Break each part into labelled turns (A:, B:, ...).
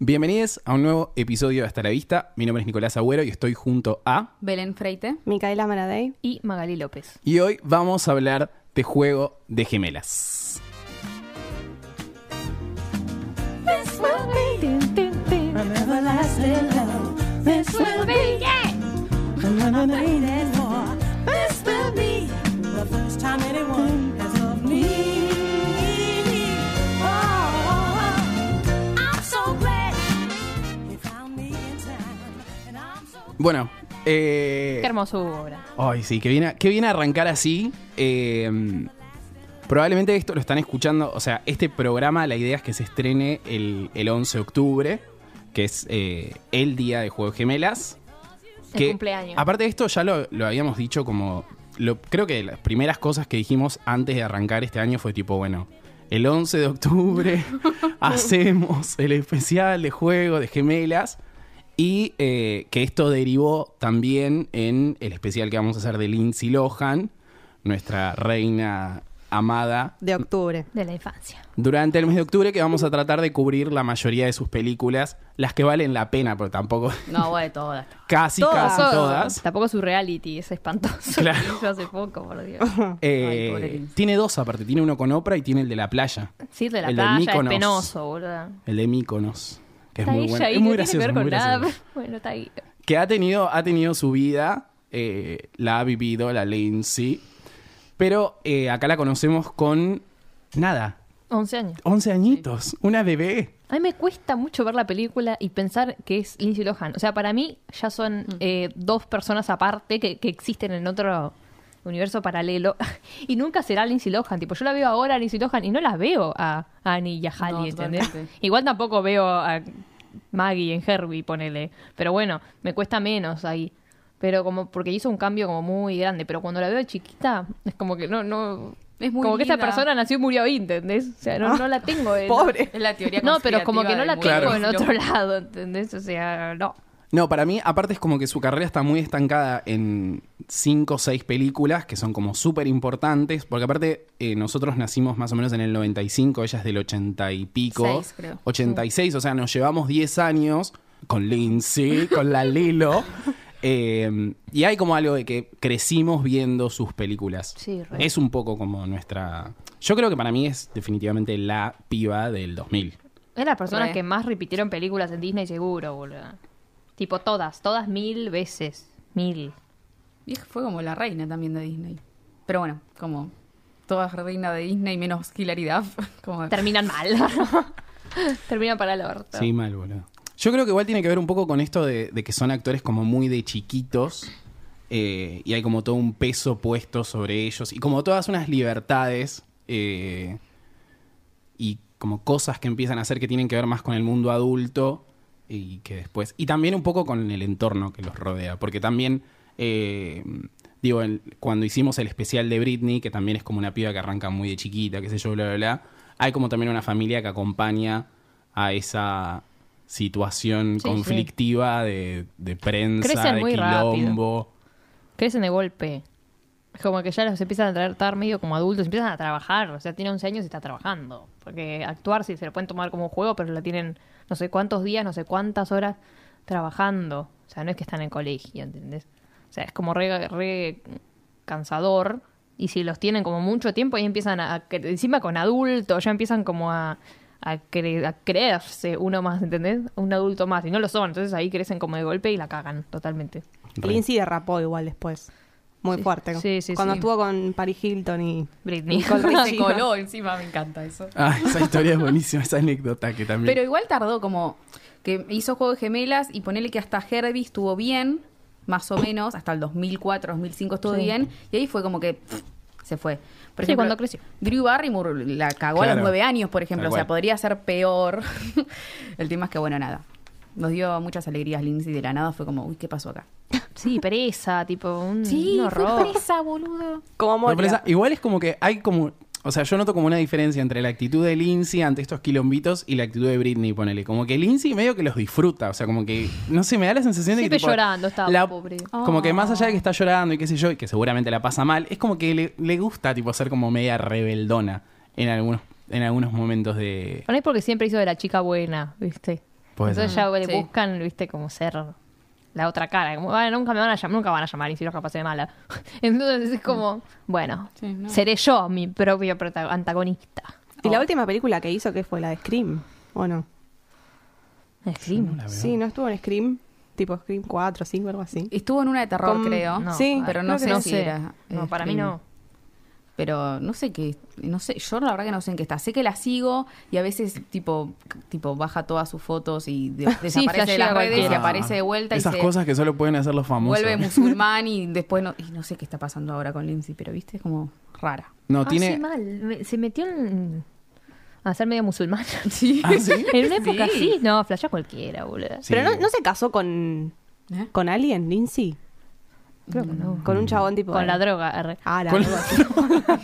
A: Bienvenidos a un nuevo episodio de Hasta la Vista. Mi nombre es Nicolás Agüero y estoy junto a...
B: Belén Freite
C: Micaela Maradei.
B: y Magali López.
A: Y hoy vamos a hablar de juego de gemelas. Bueno, eh...
B: Qué hermosura.
A: Ay, sí, que viene, que viene a arrancar así. Eh, probablemente esto lo están escuchando, o sea, este programa, la idea es que se estrene el, el 11 de octubre, que es eh, el día de Juego de Gemelas.
B: El cumpleaños.
A: Aparte de esto, ya lo, lo habíamos dicho como... lo- creo que las primeras cosas que dijimos antes de arrancar este año fue tipo, bueno, el 11 de octubre hacemos el especial de Juego de Gemelas. Y eh, que esto derivó también en el especial que vamos a hacer de Lindsay Lohan, nuestra reina amada,
C: De octubre.
B: De la infancia.
A: durante el mes de octubre, que vamos a tratar de cubrir la mayoría de sus películas, las que valen la pena, pero tampoco
B: No, bueno, todas.
A: casi, casi todas.
B: Tampoco su reality es espantoso.
A: Claro.
B: que hizo hace poco, por Dios.
A: Eh,
B: Ay, pobre Lindsay.
A: tiene dos aparte, tiene uno con Oprah y tiene el de la playa,
B: Sí, de la
A: El de
B: playa es
A: Mykonos.
B: penoso, boludo.
A: el de Míconos, que es
B: Está
A: muy
B: ella
A: bueno.
B: ahí,
A: Es muy
B: no tiene
A: gracioso,
B: que ver con
A: muy
B: nada.
A: gracioso.
B: pero Bueno, está ahí.
A: que ha tenido, ha tenido su vida, eh, la ha vivido la Lindsay, pero eh, acá la conocemos con nada,
B: 11 años.
A: 11 añitos, una bebé.
B: A mí me cuesta mucho ver la película y pensar que es Lindsay Lohan. O sea, para mí ya son
D: Mm.
B: eh, dos personas aparte que, que existen en otro universo paralelo. y nunca será Lindsay Lohan. Tipo, yo la veo ahora a Lindsay Lohan y no la veo a Annie y a Halle,
D: No,
B: ¿entendés?
D: totalmente.
B: Igual tampoco veo a Maggie en Herbie, ponele. Pero bueno, me cuesta menos ahí. Pero como porque hizo un cambio como muy grande. Pero cuando la veo chiquita, es como que no... no
D: Es muy
B: como que esa
D: linda. Ah,
B: persona nació y murió ahí, ¿entendés? O sea, no, no la tengo. en-
C: Pobre.
D: Es la teoría
B: no, pero como que
D: conspirativa
B: no la
D: del
B: tengo
D: mundo.
A: Claro.
B: en otro lado, ¿entendés? O sea, no.
A: No, para mí, aparte es como que su carrera está muy estancada en 5 o 6 películas que son como súper importantes, porque aparte eh, nosotros nacimos más o menos en el 95, ella es del 80 y pico,
D: Seis, creo.
A: 86, o sea, nos llevamos 10 años con Lindsay, con la Lilo, eh, y hay como algo de que crecimos viendo sus películas.
B: Sí, re.
A: es un poco como nuestra... Yo creo que para mí es definitivamente la piba del 2000.
B: Es la persona
D: Re.
B: que más repitieron películas en Disney seguro, boludo. Tipo todas, todas mil veces. Mil.
D: Vieja fue como la reina también de Disney. Pero bueno, como toda reina de Disney menos Hilary Duff. Como...
B: Terminan mal. Terminan para el orto.
A: Sí, mal, boludo. Yo creo que igual tiene que ver un poco con esto de, de que son actores como muy de chiquitos eh, y hay como todo un peso puesto sobre ellos y como todas unas libertades eh, y como cosas que empiezan a hacer que tienen que ver más con el mundo adulto y que después... Y también un poco con el entorno que los rodea, porque también... eh, Digo, el- cuando hicimos el especial de Britney, que también es como una piba que arranca muy de chiquita, qué sé yo, bla, bla, bla, hay como también una familia que acompaña a esa situación
B: Sí, sí.
A: conflictiva De, de prensa,
B: Crecen
A: de
B: muy rápido.
A: quilombo.
B: Crecen de golpe. Es Como que ya los empiezan a tratar medio como adultos, empiezan a trabajar. O sea, tiene 11 años y está trabajando. Porque actuar sí se lo pueden tomar como un juego, pero la tienen no sé cuántos días, no sé cuántas horas trabajando. O sea, no es que están en colegio, ¿entendés? O sea, es como re, re cansador. Y si los tienen como mucho tiempo, ahí empiezan a. a cre- encima con adultos, ya empiezan como a. A, cre- a creerse uno más, ¿entendés? Un adulto más, y no lo son, entonces ahí crecen como de golpe y la cagan totalmente.
A: Re.
C: Lindsay derrapó igual después. Muy fuerte.
B: sí, sí,
C: Cuando
B: sí.
C: estuvo con Paris Hilton y.
B: Britney.
C: Nicole Richie.
D: Se coló Oh, encima, me encanta eso.
A: Ah, esa historia es buenísima, esa anécdota que también...
D: Pero igual tardó como que hizo Juego de Gemelas y ponele que hasta Herbie estuvo bien, más o menos, hasta el 2004, 2005 estuvo
B: Sí.
D: bien, y ahí fue como que pff, se fue. Por
B: Sí, cuando creció.
D: Drew Barrymore la cagó a
A: Claro.
D: los nueve años, por ejemplo,
A: Tal
D: o sea,
A: cual.
D: podría ser peor. el tema es que, bueno, nada. Nos dio muchas alegrías Lindsay de la nada. Fue como, uy, ¿qué pasó acá?
B: Sí, pereza, tipo un,
D: Sí,
B: un
D: fue
B: horror.
D: presa, boludo.
C: Como
A: No, pero
C: Moria.
A: esa- igual es como que hay como. O sea, yo noto como una diferencia entre la actitud de Lindsay ante estos quilombitos y la actitud de Britney, ponele. Como que Lindsay medio que los disfruta. O sea, como que. No sé, me da la sensación de que.
B: Siempre llorando estaba, pobre. Ah.
A: Como que más allá de que está llorando y qué sé yo, y que seguramente la pasa mal, es como que le, le gusta, tipo, ser como media rebeldona en algunos, en algunos momentos de.
B: Para mí porque siempre hizo de la chica buena, ¿viste?
A: Puede
B: Entonces
A: ser.
B: ya le
D: Sí.
B: buscan, ¿viste? Como ser la otra cara. Como, "Ah, nunca me van a llamar, nunca van a llamar y si los capaz de mala. Entonces es como, bueno, seré yo mi propio prota- antagonista.
C: Y
A: Oh.
C: la última película que hizo, que fue la de Scream, ¿o no?
B: Scream.
C: Sí, no estuvo en Scream, tipo Scream 4, 5, algo así.
D: Estuvo en una de terror,
C: Con-
D: creo.
C: No,
D: sí, pero
B: ay,
D: no sé
B: creo que
D: si era.
B: No,
D: eh,
B: para mí no.
D: Pero no sé qué, no sé, yo la verdad que no sé en qué está. Sé que la sigo y a veces tipo c- tipo baja todas sus fotos y de- desaparece de
B: flashea
D: las redes y
B: cualquiera.
D: aparece de vuelta y
A: Ah. Esas
D: se
A: cosas que solo pueden hacer los famosos.
D: vuelve musulmán y después no y no sé qué está pasando ahora con Lindsay, pero viste, es como rara.
A: No,
B: Ah,
A: tiene.
B: sí, mal. Me- se metió en... a ser medio musulmana.
D: Sí.
A: ¿Ah, sí?
B: en una época
D: Sí.
B: sí, no, flashea cualquiera, boludo.
A: Sí.
C: Pero no, no se casó con,
D: ¿Eh?
C: con alguien, Lindsay.
B: Creo que no.
C: Con un chabón tipo.
B: Con la droga. arre.
C: Ah, la
A: Mm. Con-
C: droga.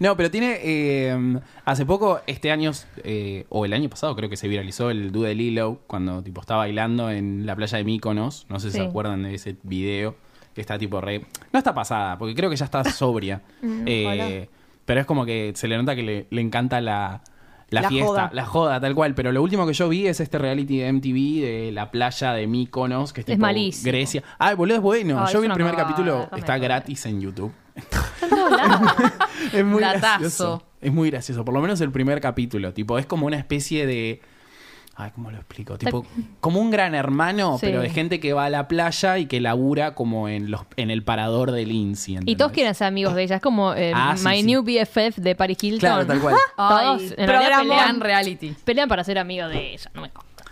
A: No, pero tiene. eh, hace poco, este año, eh, o el año pasado, creo que se viralizó el Dude de Lilo cuando tipo está bailando en la playa de Mykonos. No sé si
B: Sí.
A: se acuerdan de ese video. Que está tipo re. No está pasada, porque creo que ya está sobria.
B: Mm,
A: Eh, pero es como que se le nota que le, le encanta la. La,
C: La
A: fiesta,
C: joda.
A: la joda, tal cual. Pero lo último que yo vi es este reality de MTV de la playa de Mykonos, que es,
B: Es
A: tipo
B: malísimo.
A: Grecia. Ah, boludo, es bueno.
B: Ay,
A: yo
B: es
A: vi el
B: una
A: primer
B: cagada,
A: capítulo,
B: déjame
A: está
B: joder.
A: gratis en YouTube.
B: Está en todos lados.
A: Es muy
D: Datazo.
A: gracioso. Es muy gracioso. Por lo menos el primer capítulo. Tipo, es como una especie de. Ay, ¿cómo lo explico? Tipo, como un gran hermano,
B: Sí.
A: pero de gente que va a la playa y que labura como en los en el parador del INSI.
B: Y todos quieren ser amigos de ella. Es como eh,
A: Ah, sí,
B: My
A: sí.
B: New BFF de Paris Hilton.
A: Claro, tal cual.
B: Todos
D: Ay,
B: en
C: programón.
B: realidad
D: Gran
B: pelean,
D: reality.
B: pelean para ser amigos de ella. No me consta.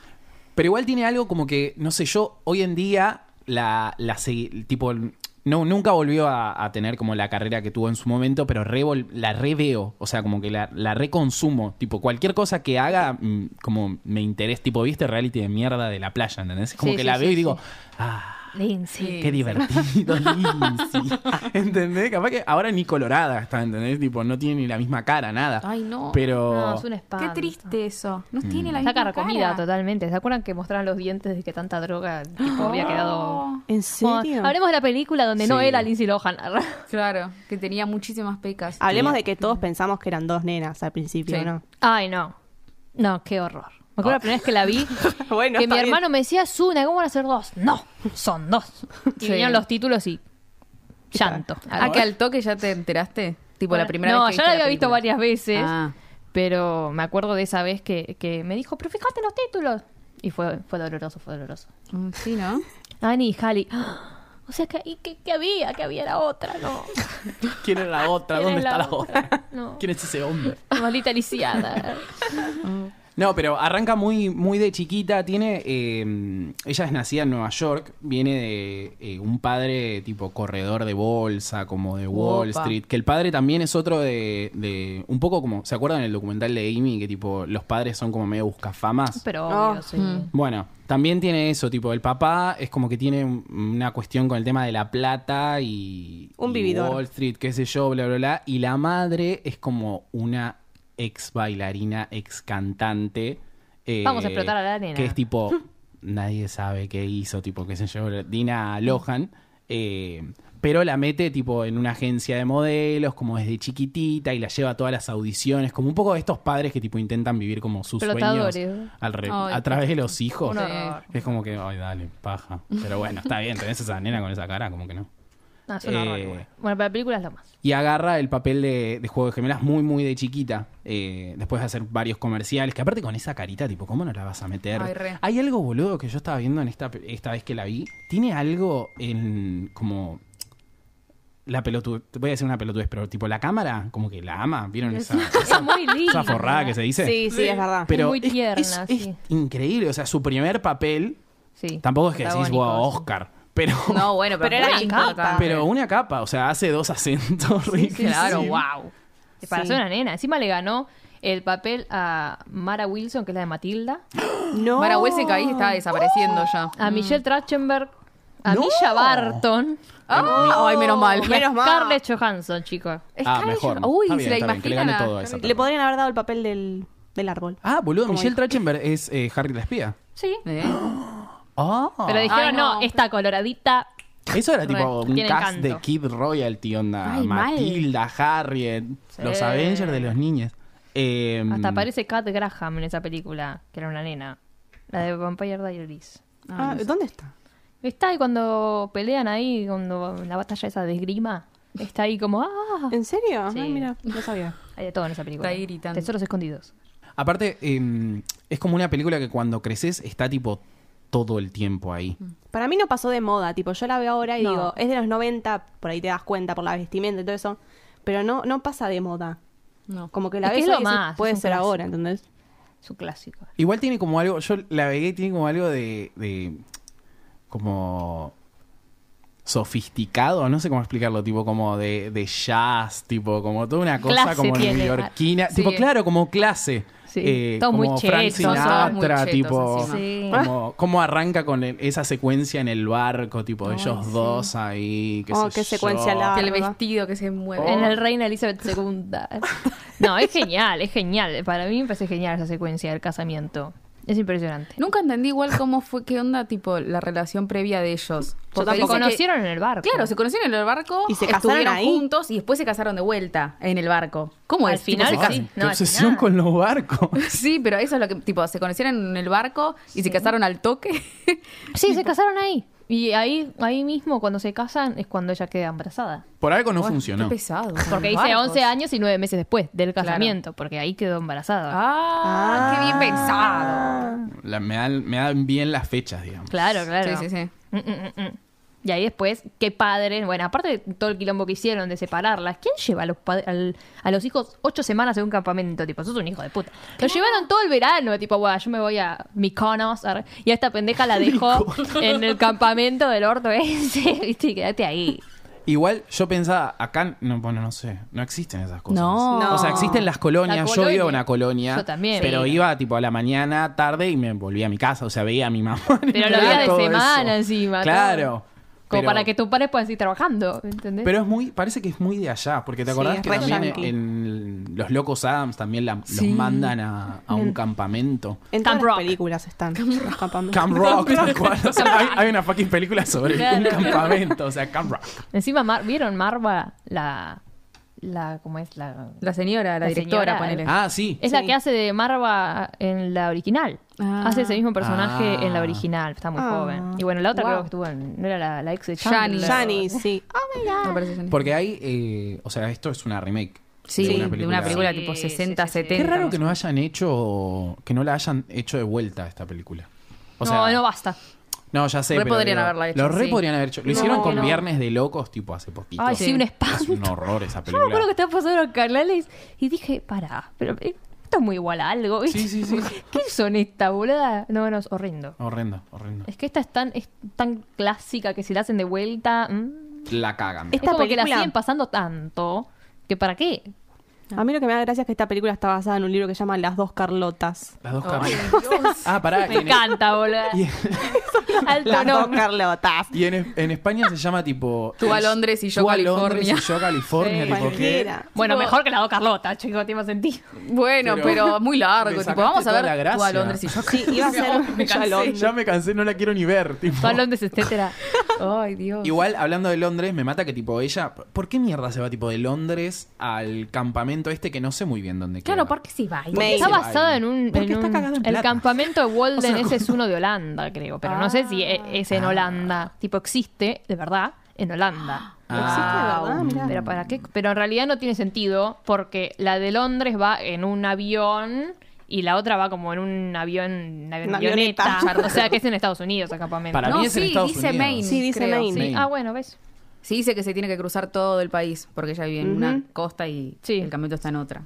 A: Pero igual tiene algo como que, no sé, yo hoy en día la, la segui- tipo, no, nunca volvió a, a tener como la carrera que tuvo en su momento, pero re vol- la reveo, o sea, como que la, la reconsumo, tipo, cualquier cosa que haga, mm, como me interesa, tipo, viste reality de mierda de la playa, ¿entendés? Es como
B: Sí,
A: que
B: sí,
A: la
B: sí,
A: veo y
B: sí.
A: digo, ah,
B: Lindsay.
A: qué divertido, Lindsay. ¿entendés? Capaz que ahora ni colorada está, ¿entendés? Tipo, no tiene ni la misma cara, nada.
D: Ay, no.
A: Pero...
B: No, es un espanto.
D: Qué triste eso.
A: Mm.
D: No tiene la misma
B: Saca comida
D: cara.
B: totalmente. ¿Se acuerdan que mostraron los dientes de que tanta droga tipo, había quedado?
C: ¿En
B: Bueno,
C: serio?
B: hablemos de la película donde no
A: Sí.
B: era Lindsay Lohan.
D: Claro, que tenía muchísimas pecas.
C: Hablemos de que todos pensamos que eran dos nenas al principio,
D: Sí.
C: ¿no?
B: Ay, no. No, qué horror.
A: Ah.
B: Me acuerdo la primera vez que la vi,
C: Bueno,
B: que
C: está
B: mi
C: bien.
B: hermano me decía, Suna, ¿cómo van a ser dos? No, son dos. Y
D: Sí.
B: vinieron los títulos y llanto.
D: Ah, que al toque ya te enteraste, tipo la primera
B: ¿eh? no,
D: vez que
B: ya la
D: viste
B: había visto
D: película.
B: varias veces,
D: Ah.
B: pero me acuerdo de esa vez que, que me dijo, pero fíjate en los títulos. Y fue, fue doloroso, fue doloroso.
D: Mm, Sí, ¿no?
B: Annie y Halle. ¡ah! O sea, que, y que, que había, que había la otra, no.
A: ¿Quién es la otra?
B: ¿Quién
A: ¿Dónde
B: es
A: está
B: la
A: la
B: otra?
A: otra?
B: No.
A: ¿Quién es ese hombre?
B: Maldita lisiada.
A: No, pero arranca muy, muy de chiquita. Tiene. eh, ella es nacida en Nueva York. Viene de eh, un padre tipo corredor de bolsa, como de Wall
D: Opa.
A: Street. Que el padre también es otro de, de- Un poco como. ¿Se acuerdan el documental de Amy? Que tipo, los padres son como medio buscafamas.
B: Pero
C: No.
B: obvio, sí.
D: Mm.
A: Bueno, también tiene eso, tipo, el papá es como que tiene un- una cuestión con el tema de la plata y,
C: Un
A: y
C: vividor.
A: Wall Street, qué sé yo, bla, bla, bla. Y la madre es como una ex bailarina, ex cantante. eh,
B: Vamos a explotar a la nena.
A: Que es tipo, nadie sabe qué hizo, tipo, qué sé yo, Dina Lohan. eh, pero la mete tipo en una agencia de modelos, como desde chiquitita, y la lleva a todas las audiciones, como un poco de estos padres que tipo intentan vivir como sus sueños
B: Explotadores.
A: al re-
D: Ay,
A: a través de los hijos.
B: Un horror.
A: Es como que, ay, dale, paja. Pero bueno, está bien, tenés esa nena con esa cara, como que no.
B: No, es un horror.
A: Eh.
B: igual. Bueno, para películas es lo más.
A: Y agarra el papel de, de Juego de Gemelas muy, muy de chiquita. eh, después de hacer varios comerciales, que aparte con esa carita, tipo, ¿cómo no la vas a meter?
D: Ay, re.
A: Hay algo, boludo, que yo estaba viendo en esta, pe- esta vez que la vi. Tiene algo en, como... La pelotu voy a decir una pelotudez, pero tipo la cámara, como que la ama, ¿vieron esa,
B: Es muy lindo.
A: esa forrada que se dice?
C: Sí, sí, es verdad.
A: Pero
B: muy tierna, sí.
A: increíble, o sea, su primer papel
B: Sí.
A: Tampoco es que decís,
B: Protagónico,
A: wow,
B: sí.
A: Oscar. Pero,
D: No, bueno, pero,
C: Pero era
D: buena
C: capa.
D: impactante.
A: pero una capa, o sea, hace dos acentos. riquísimos.
D: Claro, wow.
B: Para
C: Sí.
B: ser una nena. Encima le ganó el papel a Mara Wilson, que es la de Matilda,
C: No.
D: Mara Wilson que ahí está desapareciendo ya.
B: a Michelle Trachtenberg, a Misha Barton,
D: Ah, Ay, menos mal.
B: y a
C: Menos mal.
B: Scarlett Johansson, chicos.
A: Ah,
D: Scarlett
A: mejor.
D: Johansson. Uy,
A: Está
D: se
A: bien,
D: la
A: está bien, que le
D: imaginan
A: gane
D: a
A: todo a esa
C: Le podrían haber dado el papel del, del árbol.
A: Ah, boludo,
C: Como
A: Michelle Trachtenberg es eh, Harry la espía.
B: Sí.
D: ¿Eh?
A: Ah.
B: Pero dijeron,
D: Ay, no.
B: no, está coloradita.
A: Eso era tipo
B: Re-
A: un
B: tiene
A: cast
B: encanto.
A: de Kid Royalty, onda.
D: Ay, mal.
A: Matilda, Harriet, los Avengers de los niños. Eh,
B: Hasta aparece Kat Graham en esa película, que era una nena. La de Vampire Diaries.
C: Ah, ¿Dónde está?
B: Está ahí cuando pelean ahí, cuando en la batalla esa de esgrima. Está ahí como, ah,
C: ¿En serio?
B: Sí.
C: Ay, mira, no sabía.
B: hay de todo en esa película.
D: Está ahí gritando.
B: Tesoros escondidos.
A: Aparte, eh, es como una película que cuando creces está tipo todo el tiempo ahí.
C: Para mí no pasó de moda, tipo, yo la veo ahora y
B: No.
C: digo, es de los 90, por ahí te das cuenta por la vestimenta y todo eso, pero no no pasa de moda.
D: No.
C: Como que la
B: Es que
C: ves
B: es lo
C: hoy y decís,
B: más,
C: puede
B: es un
C: ser
B: clásico.
C: ahora, ¿entendés?
B: Es un clásico.
A: Igual tiene como algo, yo la vegué y tiene como algo de, de- como sofisticado, no sé cómo explicarlo, tipo como de, de jazz, tipo como toda una cosa
B: Clase
A: como
B: tiene.
A: neoyorquina,
D: Sí.
A: tipo claro, como clase.
B: Sí.
A: Eh,
B: Todo muy
A: como Frank
B: chetos, todos
D: muy
A: Sinatra,
D: chetos
A: tipo
D: encima.
B: Sí.
A: como, como arranca con el- esa secuencia en el barco, tipo de ellos dos ahí, qué
C: Oh,
A: sé
C: qué secuencia
A: yo.
C: la-
D: Que el
C: Barba.
D: vestido que se mueve.
B: En el Reina Elizabeth II. No, es genial, es genial. Para mí me parece genial esa secuencia del casamiento. Es impresionante.
D: Nunca entendí igual cómo fue, qué onda, tipo, la relación previa de ellos. Porque
B: se
D: dice que-
B: conocieron en el barco.
D: Claro, se conocieron en el barco,
C: Y se casaron
D: estuvieron
C: ahí.
D: juntos y después se casaron de vuelta en el barco. ¿Cómo
B: Al
D: es? Tipo,
B: final
A: Ay,
D: se cas-
B: sí.
A: qué
B: No,
A: obsesión
B: nada.
A: con los barcos.
D: Sí, pero eso es lo que, tipo, se conocieron en el barco y se casaron al toque.
B: Sí, se casaron ahí. Y ahí, ahí mismo, cuando se casan, es cuando ella queda embarazada.
A: Por algo
B: Oh,
A: no
D: Ay,
A: funcionó.
D: Qué pesado.
B: Porque
D: Los
B: dice
D: barcos.
B: 11 años y 9 meses después del casamiento, porque ahí quedó embarazada.
D: Ah, qué bien pensado.
A: La- me, dan, me dan bien las fechas, digamos.
B: Claro, claro.
D: Sí, sí, sí.
B: Mm, mm, mm, mm. Y ahí después, qué padre. Bueno, aparte de todo el quilombo que hicieron de separarlas, ¿quién lleva a los, pa- al- a los hijos ocho semanas en un campamento? Tipo, sos un hijo de puta. Lo llevaron todo el verano, tipo, guau, yo me voy a Mykonos. arre, Y a esta pendeja la dejó en el campamento del orto ese, ¿viste? Y quédate ahí.
A: Igual yo pensaba, acá, no, bueno, no sé, no existen esas cosas.
D: No.
C: No.
A: O sea, existen las colonias.
B: La
A: Yo
B: colonia.
A: iba a una colonia.
B: Yo también.
A: Pero
B: Sí.
A: iba tipo a la mañana, tarde y me volvía a mi casa. O sea, veía a mi mamá.
B: Pero lo
A: Veía
B: veía de
A: todo
B: semana
A: eso.
B: encima.
A: Claro.
B: todo. Como
A: Pero-
B: para que tus padres puedan seguir trabajando, ¿entendés?
A: Pero es muy, parece que es muy de allá, porque te
C: Sí,
A: acordás
C: es
A: que
C: re
A: también
C: yankee.
A: en Los Locos Adams también la-
D: Sí.
A: los mandan a, a
B: Mm.
A: un campamento.
C: En
B: Camp
C: todas las
B: Rock.
C: películas están. los campamentos.
A: Camp Rock, tal cual. O sea, hay, hay una fucking película sobre un
B: Claro.
A: campamento, o sea, Camp Rock.
B: Encima, Mar- ¿vieron Marva? La, la... ¿Cómo es? La...
D: La señora, la,
B: La señora.
D: directora, ponele.
A: Ah, sí.
B: Es la que hace de Marva en la original.
D: Ah.
B: Hace ese mismo personaje
A: Ah.
B: en la original. Está muy
C: Ah.
B: joven. Y bueno, la otra
D: Wow.
B: creo que estuvo en... ¿No era la, la ex de
D: Janice.
B: Chandler?
C: Shani, sí. Ah,
D: Me parece genial.
A: Porque hay, eh, o sea, esto es una remake.
D: Sí,
A: de una
D: de una película
A: película
D: tipo
B: Sí, sí,
D: 60,
B: sí, sí.
D: 70.
A: Qué raro que
D: más
A: no hayan hecho, que no la hayan hecho de vuelta esta película. O sea,
B: no, no basta.
A: no, ya sé.
D: Re
A: pero
D: podrían
A: digo,
D: haberla hecho,
A: Lo re
D: sí.
A: podrían haber hecho. Lo hicieron
C: No,
A: con
C: no.
A: Viernes de Locos, tipo, hace poquito.
B: Ay, sí,
D: Sí.
B: un
A: Es
B: espanto.
A: un horror esa
B: Yo me
A: película.
B: acuerdo que estaba pasando los canales y dije, pará, pero eh, esto es muy igual a algo. ¿viste?
A: Sí, sí, sí.
B: ¿Qué son esta, boluda? No, no, es horrendo.
A: Horrendo, horrendo.
B: Es que esta es tan, es tan clásica que si la hacen de vuelta... mm,
A: La cagan.
C: Es-
B: es
C: Esta
B: como que la
C: película-
B: siguen pasando tanto que ¿para qué?
C: A mí lo que me da gracia es que esta película está basada en un libro que se llama Las dos Carlotas.
A: Las dos cagan. Ah, pará.
B: Me
A: en-
B: encanta, boluda.
A: Y,
B: Alto
C: Las dos
B: nombre.
C: Carlotas.
A: y en, en España se llama tipo.
D: Tú a
A: es-
D: Londres y yo
A: tú a
D: California.
A: Londres y yo California.
B: Sí.
A: tipo, ¿qué?
C: Cualquiera.
B: Bueno,
D: Tipo-
B: mejor que la do Carlota, chicos, tiene más sentido.
D: Bueno,
A: Pero-
D: pero, muy
A: Me
D: largo. Tipo,
A: sacaste
D: vamos a
A: toda
D: ver
A: la
D: tú
A: gracia.
D: a Londres y yo.
C: Sí, iba a ser un chalón.
A: Ya me cansé, no la quiero ni ver. Tipo.
B: Todos Londres, etcétera.
D: Ay, Dios.
A: Igual, hablando de Londres, me mata que tipo ella. ¿Por qué mierda se va tipo de Londres al campamento este que no sé muy bien dónde queda?
D: Claro, porque sí va.
C: Me-
B: Está
A: Ay,
B: basada en un.
A: porque
B: en
A: está
B: un-
A: cagada en
B: el
A: plata.
B: campamento de Walden,
A: O sea,
B: ese es uno de Holanda, creo. Pero no sé si e- es en
A: Ah.
B: Holanda. Tipo, existe, de verdad, en Holanda.
C: Ah,
A: Ah,
C: existe de verdad, mirá.
B: Pero para qué? Pero en realidad no tiene sentido, porque la de Londres va en un avión. Y la otra va como en un avión, una
C: Una
B: avioneta.
C: avioneta.
B: O sea, que es en Estados Unidos el campamento.
A: Para
D: no,
A: mí es en
D: sí,
A: Estados
D: dice
A: Unidos.
D: Maine.
C: Sí, dice
D: creo.
C: Maine.
A: Maine.
B: Ah, bueno, ¿ves?
D: Sí, dice que se tiene que cruzar todo el país porque ella vive en una costa y
B: Sí. Ah,
D: el campamento está en otra.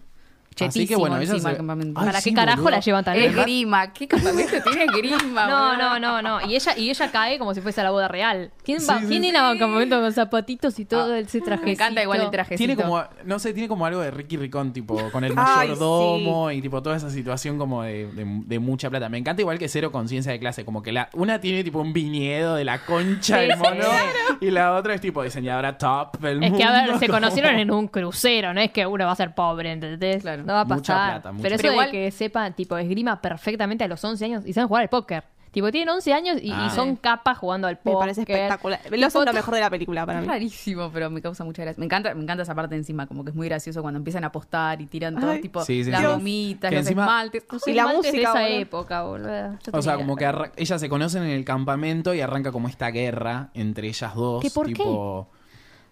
D: chetísimo
A: que, bueno, ella
D: encima
A: se-
D: el campamento.
A: Ay,
B: ¿Para
A: sí,
B: qué carajo
A: boludo.
B: la llevan tan lejos?
D: Esgrima, ¿qué campamento tiene esgrima?
B: No, no,
D: boludo?
B: no, no. Y ella, y ella cae como si fuese a la boda real. Ah. ¿Quién, va,
A: Sí, sí,
B: ¿quién
A: sí.
B: ir a un campamento con zapatitos y todo ese traje?
E: Me encanta igual el traje.
A: Tiene como, no sé, tiene como algo de Ricky Ricón, tipo, con el mayordomo y tipo toda esa situación como de, de- de mucha plata. Me encanta igual que cero conciencia de clase, como que la una tiene tipo un viñedo de la concha del
B: Sí,
A: mono
B: claro.
A: y la otra es tipo diseñadora top del
B: Es
A: mundo.
B: que, a ver, se
A: como-
B: conocieron en un crucero, no es que uno va a ser pobre, ¿entendés?
D: Claro.
B: No va a
A: Mucha
B: pasar.
A: plata, mucha
B: Pero eso
E: plata.
B: de
E: Pero igual-
B: que sepa, tipo, esgrima perfectamente a los 11 años y saben jugar al póker. Tipo, tienen 11 años y, y
A: Ah.
B: son capas jugando al
C: Me
B: póker.
C: parece espectacular. Lo
B: Tipo,
C: son lo mejor de la película para
D: Es
C: mí.
D: rarísimo, pero me causa mucha gracia. Me encanta, me encanta esa parte encima, como que es muy gracioso cuando empiezan a apostar y tiran todo
C: Ay,
D: tipo
A: Sí, sí,
D: las
A: sí.
D: gomitas,
A: Que
D: los
A: encima-
D: esmaltes.
B: no sé,
C: Y la
B: mal desde
C: música,
B: esa
C: boludo.
B: época, boludo. Yo
A: O sea,
B: tenía-
A: como que arra- ellas se conocen en el campamento y arranca como esta guerra entre ellas dos.
B: ¿Qué por qué?
A: tipo,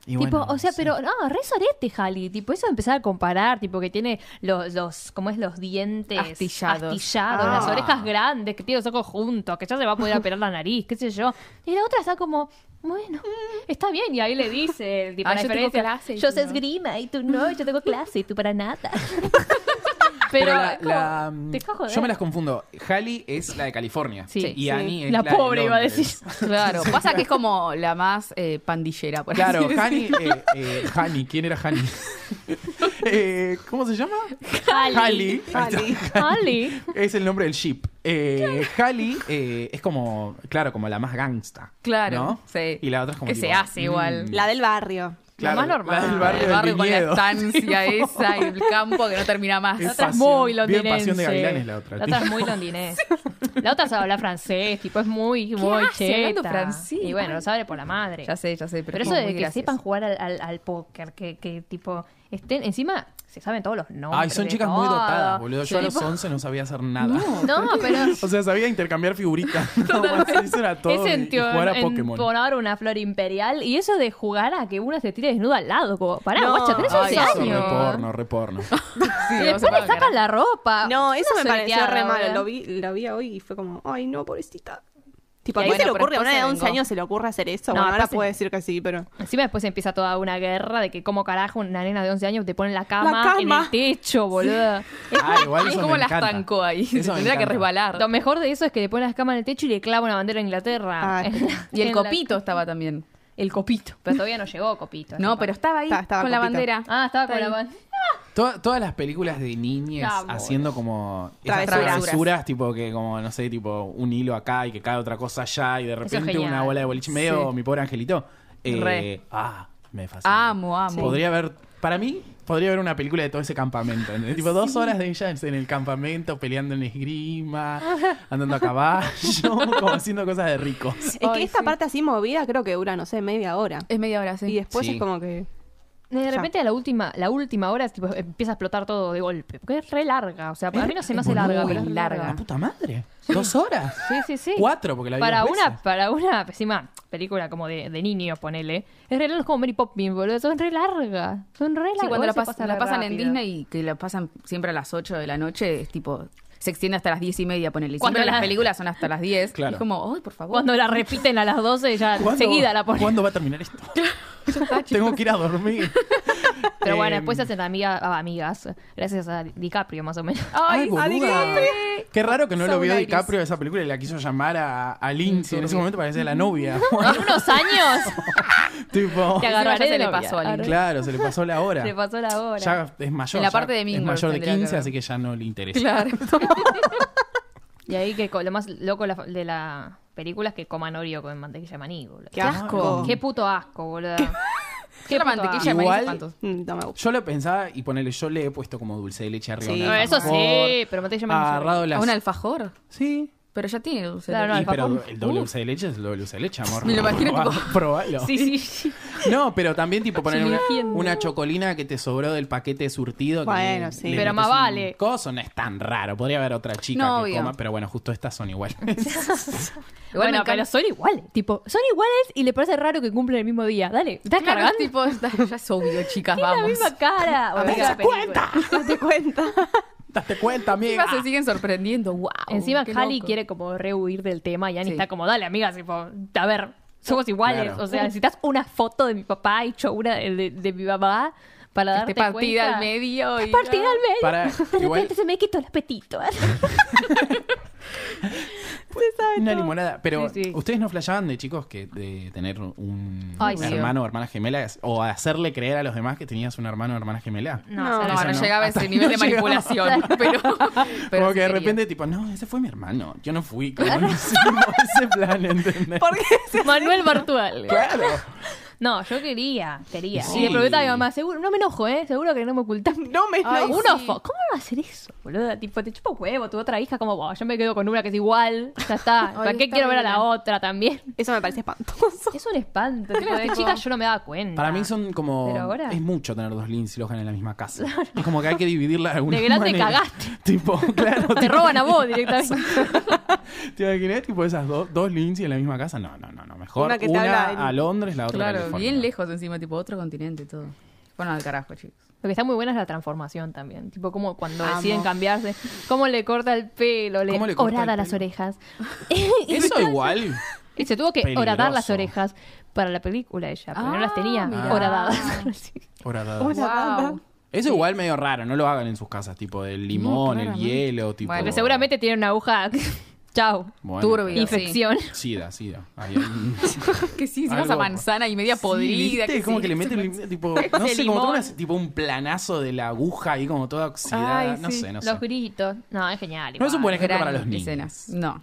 A: y
B: tipo,
A: bueno,
B: o sea,
A: sí.
B: pero no, re sorete, Jali. Tipo, eso de empezar a comparar, tipo, que tiene los, los ¿cómo es? Los dientes
D: Astillados.
B: astillados,
A: Ah.
B: las orejas grandes, que tiene los ojos juntos, que ya se va a poder operar la nariz, qué sé yo. Y la otra está como, bueno, está bien. Y ahí le dice, tipo,
D: Ah,
B: la
D: yo tengo
B: diferencia,
D: clase y
B: yo
D: tú
B: sé
D: no".
B: esgrima y tú no, yo tengo clase y tú para nada. pero,
A: Pero la-
B: es como,
A: la-
B: deja joder.
A: yo me las confundo. Hallie es la de California
B: Sí.
A: y Annie es
B: La
A: la, de
B: pobre, iba a
A: Londres.
B: decir.
D: Claro, pasa que es como la más eh, pandillera, por
A: Claro,
D: así
A: Hani, eh, eh, Hani, ¿quién era Hani? Eh, ¿Cómo se llama?
B: Hallie.
A: Hallie. Ahí
C: Jali.
A: está.
B: Hallie.
A: Es el nombre del ship. Eh, Hallie eh, es como, claro, como la más gangsta.
D: Claro,
A: ¿no?
D: sí.
A: Y la otra es como. mm,
D: Que se hace igual.
C: La del barrio.
A: claro,
B: más normal.
A: La del
D: barrio,
A: barrio,
D: el barrio
A: del
D: con la
A: viñedo.
D: estancia esa y el campo que no termina más.
A: Es
B: La otra es
A: pasión,
B: muy
A: bien
B: londinense.
A: pasión de gavilanes la otra,
B: es
A: tipo.
B: muy londinense. La otra sabe hablar francés, tipo, es muy, muy
D: hace hablando
B: cheta.
D: francés?
B: Y bueno, lo sabe por la madre.
D: Ya sé, ya sé.
B: Pero
D: es
B: eso
D: como
B: de
D: muy
B: que
D: gracioso.
B: sepan jugar al, al- al póker, que, que tipo, estén, encima se saben todos los nombres.
A: Ay, son
B: de
A: chicas muy
B: todo.
A: dotadas, boludo. Yo a los
B: Tipo,
A: 11 no sabía hacer nada.
B: No, pero
A: O sea, sabía intercambiar figuritas. Nomás, eso era todo.
B: es
A: y- y jugar a Pokémon.
B: entonar una flor imperial y eso de jugar a que una se tire desnuda al lado, como, pará,
C: No,
B: guacho, tenés
D: ay,
B: 11
D: eso
A: Eso,
D: años.
B: años.
A: reporno, reporno.
D: Sí,
B: Y
D: no
B: después
D: se
B: le
D: puede
B: sacan
D: creer.
B: la ropa.
C: Ah, No, eso
B: Una
C: me pareció re
B: soleteada,
C: malo. Lo
B: boludo.
C: vi, lo vi hoy y fue como, ay, no, pobrecita. Tipo,
D: Y
C: ¿a quién
D: bueno,
C: se le
D: pero
C: ocurre? A una de
D: después
C: 11
D: se vengó.
C: años se le ocurre hacer eso.
B: No,
C: bueno, ahora
B: aparte-
C: puede decir que sí, pero.
B: Encima después empieza toda una guerra de que como carajo una nena de 11 años te pone en la cama,
C: La cama.
B: en el techo, boludo.
A: Ah, igual
D: Es
A: eso
D: como
A: me
D: la
A: encanta.
D: estancó ahí. Se
A: Eso me
D: tendría que
A: encanta.
D: resbalar.
B: Lo mejor de eso es que le pone la cama en el techo y le clava una bandera de
A: Ah,
B: Inglaterra.
C: Ay.
B: En la-
D: Y
B: en
D: el
B: la-
D: copito estaba también.
B: el copito. Pero todavía no llegó copito.
D: No,
B: Esa
D: pero estaba ahí
C: Estaba- estaba
D: con la
C: copito.
D: bandera.
B: parte. Ah, estaba con
D: Está
B: la
D: ahí.
B: bandera.
A: Toda- todas las películas de niñas
B: Ah, bueno.
A: haciendo como esas
C: Travesuras.
A: travesuras. tipo que como, no sé, tipo un hilo acá y que cae otra cosa allá y de
B: es
A: repente
B: genial.
A: una bola de boliche medio,
D: Sí.
A: mi pobre angelito. Eh,
D: Re.
A: Ah, me fascina.
D: Amo, amo.
A: Podría haber, para mí, podría haber una película de todo ese campamento. ¿entendés? Tipo dos horas de ellas en el campamento peleando en esgrima, andando a caballo, como haciendo cosas de ricos.
C: Es que esta parte así movida creo que dura, no sé, media hora.
D: Es media hora,
C: Y
D: sí.
C: después
A: Sí.
C: es como que.
B: De
C: Ya.
B: repente a la última, la última hora tipo, empieza a explotar todo de golpe. Porque es re larga. O sea,
A: ¿Eh?
B: para mí no se me hace
A: Boludo,
B: larga, pero es
D: muy
B: re
D: larga.
A: La puta madre. ¿Dos horas?
B: Sí, sí, sí.
A: Cuatro, porque la vi
B: para
A: dos
B: una,
A: veces.
B: para una, encima, película como de, de niños, ponele. Es re larga, es como Mary Poppins, boludo. Son re largas. Son re largas.
D: Sí, cuando la,
B: Se
D: pas-
B: pasa
D: la
B: re
D: pasan en
B: rápido.
D: Disney y que la pasan siempre a las 8 de la noche, es tipo, se extiende hasta las 10 y media, ponele.
B: Cuando
D: Siempre
B: la-
D: las películas son hasta las 10.
A: Claro.
D: Es como, ¡ay, por favor!
B: Cuando la repiten a las 12, ya
A: ¿Cuándo-
B: seguida la ponen.
A: ¿Cuándo va a terminar esto? Tengo que ir a dormir.
B: Pero bueno,
A: Em,
B: después se hacen amiga, ah, amigas, gracias a DiCaprio, más o menos.
A: Ay, boluda.
C: DiCaprio.
A: Qué raro que no lo
D: Saul
A: vio
D: Iris.
A: DiCaprio de esa película y la quiso llamar a, a Lindsay. En ese momento parecía la novia.
B: En unos años
A: tipo,
B: te
D: Encima
B: agarraré
D: ya se
B: de
D: le
B: novia.
D: pasó a alguien.
A: claro, se le pasó la hora.
B: Se pasó la hora.
A: Ya es mayor.
D: En la
A: ya
D: parte de
A: Es
D: Mean
A: mayor de
D: Girls tendría que
A: 15,
D: ver.
A: así que ya no le interesa.
D: Claro.
B: Y ahí que co- lo más loco la- de la película es que coman Oreo con mantequilla de maní, boludo.
C: ¡Qué asco!
B: Qué puto asco, boludo.
D: Yo la
B: puto asco.
D: mantequilla me
A: Igual-
D: dice espantoso.
C: Mm, No me gusta.
A: Yo lo pensaba y ponerle, yo le he puesto como dulce de leche arriba.
C: Sí.
A: un
C: No,
B: eso
A: alfajor,
B: sí, pero mantequilla de maní es
A: Agarrado
D: ¿A
A: las.
D: un alfajor?
A: Sí.
D: Pero ya tiene dulce de
B: Claro,
D: leche.
A: Y, pero
B: alfajor.
A: el doble dulce de leche es el doble dulce de leche, amor.
D: Me lo imagino
A: Probá-
D: tipo-
A: Probalo.
B: Sí, sí, sí.
A: No, pero también tipo poner
B: Sí,
A: una,
B: entiendo.
A: una chocolina que te sobró del paquete surtido. que
C: Bueno,
A: le-
C: sí.
A: le
B: Pero
A: metes
B: más
A: un
B: vale.
A: Coso no es tan raro. Podría haber otra chica
D: No,
A: que
D: obvio.
A: coma, pero bueno, justo estas son iguales.
D: Igual me
B: bueno,
D: encanta-
B: pero son iguales. Tipo, son iguales y le parece raro que cumplen el mismo día. Dale, ¿estás
D: Claro,
B: cargando?
D: tipo, está- ya es obvio, chicas,
B: Tiene la
D: vamos.
B: misma cara. Boludo,
A: Amiga,
B: la película.
C: Date cuenta.
A: Date cuenta, amiga.
D: Encima se siguen sorprendiendo, wow.
B: Encima
D: qué
B: Halley
D: loco.
B: quiere como rehuir del tema y Annie
D: Sí.
B: está como, dale amiga, tipo, a ver, somos iguales.
A: Claro.
B: O sea, necesitas una foto de mi papá y yo una de, de- de mi mamá. para
D: Este
B: darte
D: partida
B: cuenta-
D: al medio y...
F: Partida al medio.
A: Para-
F: de repente
A: igual-
F: se me quitó el apetito.
A: Una limonada. Pero
B: Sí, sí.
A: ustedes no flashaban de chicos que de tener un
B: Ay, sí.
A: hermano o hermana gemela o hacerle creer a los demás que tenías un hermano o hermana gemela.
B: No,
C: No,
B: o sea,
D: No,
A: Eso
D: no,
A: no.
D: llegaba a
A: Hasta
D: ese nivel
A: no
D: de
A: llegaba.
D: manipulación, pero... pero
A: como
D: sí
A: que de
D: quería.
A: repente, tipo, no, ese fue mi hermano. Yo no fui. Como no hicimos ese plan, ¿entendés?
B: Manuel Bartual.
A: Claro.
B: No, yo quería, quería.
A: Sí.
B: Y le preguntaba a mi mamá, seguro, no me enojo, ¿eh? Seguro que no me ocultas.
C: No me
D: Ay,
C: no.
B: Uno
D: sí.
B: fo- ¿Cómo va a hacer eso, boluda? Tipo, te chupa un huevo, tu otra hija, como, "Buah, yo me quedo con una que es igual, ya está. ¿Para
D: Ay,
B: qué
D: está
B: quiero ver a la
D: horrible.
B: otra también?
C: Eso me parece espantoso.
B: Es un espanto. tipo, de chica yo no me daba cuenta.
A: Para mí son como.
B: Pero ahora-
A: Es mucho tener dos Lindsay Lohan en la misma casa. Es como que hay que dividirla de alguna
B: De grande
A: manera.
B: cagaste.
A: Tipo, claro.
B: Te
A: tipo,
B: roban a vos directamente.
A: ¿Te imaginas, tipo, esas dos dos Lindsay en la misma casa? No, no, no. no. Mejor
C: Una
A: una,
C: que te habla en-
A: a Londres, la otra a
D: Claro,
A: California.
D: bien lejos encima, tipo otro continente y todo. Bueno, al carajo, chicos.
B: Lo que está muy buena es la transformación también. Tipo, como cuando
C: Amo.
B: deciden cambiarse, cómo le corta el pelo, le,
A: ¿Cómo le corta el
B: orada las
A: pelo?
B: orejas.
A: Eso igual.
B: Y se tuvo que
A: Peligroso.
B: oradar las orejas para la película ella, porque no las
D: Ah,
B: tenía
D: mirá.
A: Ah.
B: oradadas. Sí.
A: Ahora,
D: Wow.
A: Eso igual medio raro, no lo hagan en sus casas, tipo el limón, el
D: claramente.
A: hielo, tipo.
D: Bueno,
B: Pero seguramente tiene una aguja. Chau.
A: Bueno,
D: Turbio.
A: pero-
B: Infección.
A: Sida, sida. Ahí hay un-
D: que sí, encima
A: Algo-
D: esa manzana y media
A: Sí,
D: podrida.
A: ¿viste?
D: que
A: como
D: sí,
A: que le
D: no
A: mete
D: sé
A: el- tipo, no
D: Ese
A: sé, como
D: limón.
A: toda una- tipo un planazo de la aguja ahí como toda oxidada,
D: Ay,
A: no
D: sí.
A: sé, no sé.
B: Los gritos. No, es genial.
A: No es
B: igual.
A: un buen ejemplo
D: gran
A: para los niños.
D: escenas. No.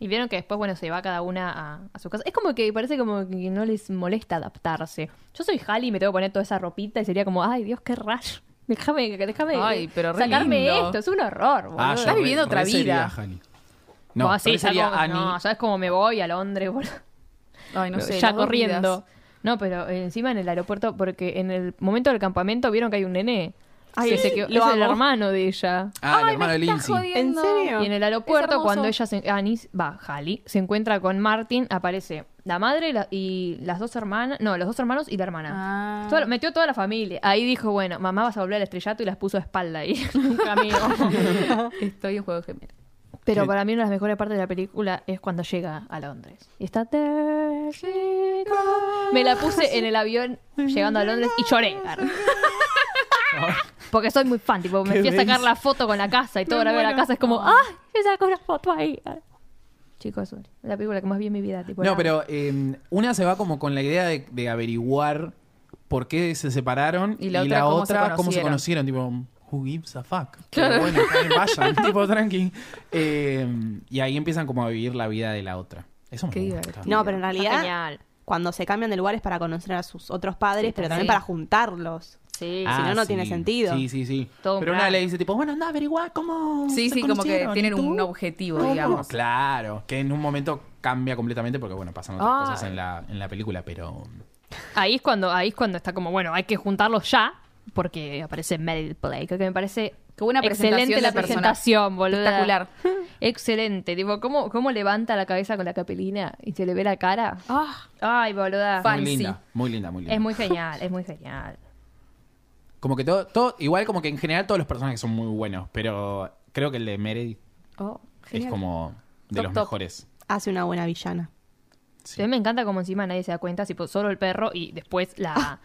B: Y vieron que después, bueno, se va cada una a, a su casa. Es como que parece como que no les molesta adaptarse. Yo soy Halley y me tengo que poner toda esa ropita y sería como, ay, Dios, qué rayo. Déjame, déjame
D: Ay, pero re
B: sacarme
D: lindo.
B: esto. Es un horror, boludo.
A: Ah, yo
D: Estás
A: re-
D: viviendo otra
A: re sería
D: vida.
A: Halley. No,
B: Ah, sí,
A: re
B: ya
A: sería
B: como-
A: Annie.
B: no, sabes cómo me voy a Londres, boludo.
D: Ay, no sé.
B: ya
D: las dos
B: corriendo.
D: vidas.
B: No, pero eh, encima en el aeropuerto, porque en el momento del campamento vieron que hay un nene.
C: Ay,
B: que se
C: sí,
B: quedó-
C: lo
B: es el
C: amo.
B: hermano de ella.
A: Ah, el
D: Ay,
A: hermano
D: me
A: de
D: estás
A: Lindsay.
D: jodiendo.
C: ¿En serio?
B: Y en el
D: Es
B: aeropuerto,
D: hermoso.
B: cuando ella se, Anis, va, Halley, se encuentra con Martin, aparece la madre y la- y las dos hermanas, no, los dos hermanos y la hermana.
D: Ah.
B: Todo- metió toda la familia. Ahí dijo, bueno, mamá vas a volver al estrellato y las puso a espalda ahí en un camino.
D: Estoy en juego gemelo.
B: Pero para mí una de las mejores partes de la película es cuando llega a Londres. Y está... "There she goes". Me la puse en el avión llegando a Londres y lloré. Garra. Porque soy muy fan, tipo, me
A: Qué
B: fui a sacar
A: denso.
B: la foto con la casa y todo, grabé la casa, es como, ¡ay! Me sacó una foto ahí. Garra. Chicos, es la película que más vi en mi vida. Tipo,
A: No,
B: la-
A: pero eh, una se va como con la idea de, de averiguar por qué se separaron y la otra, cómo, se conocieron. Tipo, who gives a fuck? Pero bueno, está bien, vayan, tipo tranqui. Eh, y ahí empiezan como a vivir la vida de la otra. Eso me
D: Qué
A: gusta.
D: divertido.
C: No, pero en
B: Está
C: realidad,
B: genial.
C: cuando se cambian de lugares para conocer a sus otros padres, pero también
D: sí.
C: para juntarlos.
B: Sí.
A: Ah,
C: si no, no tiene sentido.
A: Sí, sí, sí.
B: Todo un
A: pero una
B: plan.
A: le dice, tipo, bueno, anda, averigua cómo.
D: Sí,
A: se
D: sí, como que
A: conocieron,
D: tienen
A: ¿y tú?
D: un objetivo,
A: ¿Cómo?
D: digamos.
A: Claro, que en un momento cambia completamente porque, bueno, pasan otras
D: Ah.
A: cosas en la, en la película, pero.
B: Ahí es cuando, ahí es cuando está como, bueno, hay que juntarlos ya, porque aparece Meryl Blake, que me parece
D: Qué buena presentación
B: excelente
D: de
B: la
D: personaje.
B: presentación, boluda.
D: Espectacular.
B: Excelente. Tipo, ¿cómo, cómo levanta la cabeza con la capelina y se le ve la cara.
D: Ah,
B: Ay, boluda.
D: Fan.
A: Muy
D: Fancy.
A: linda, muy linda, muy linda.
B: Es muy genial, es muy genial.
A: Como que todo, todo, igual como que en general todos los personajes son muy buenos, pero creo que el de Meredith
D: oh,
A: es
D: genial.
A: como de
D: Top,
A: los
D: top.
A: mejores.
C: Hace una buena villana.
A: Sí.
B: A mí me encanta como encima nadie se da cuenta, tipo, solo el perro y después la...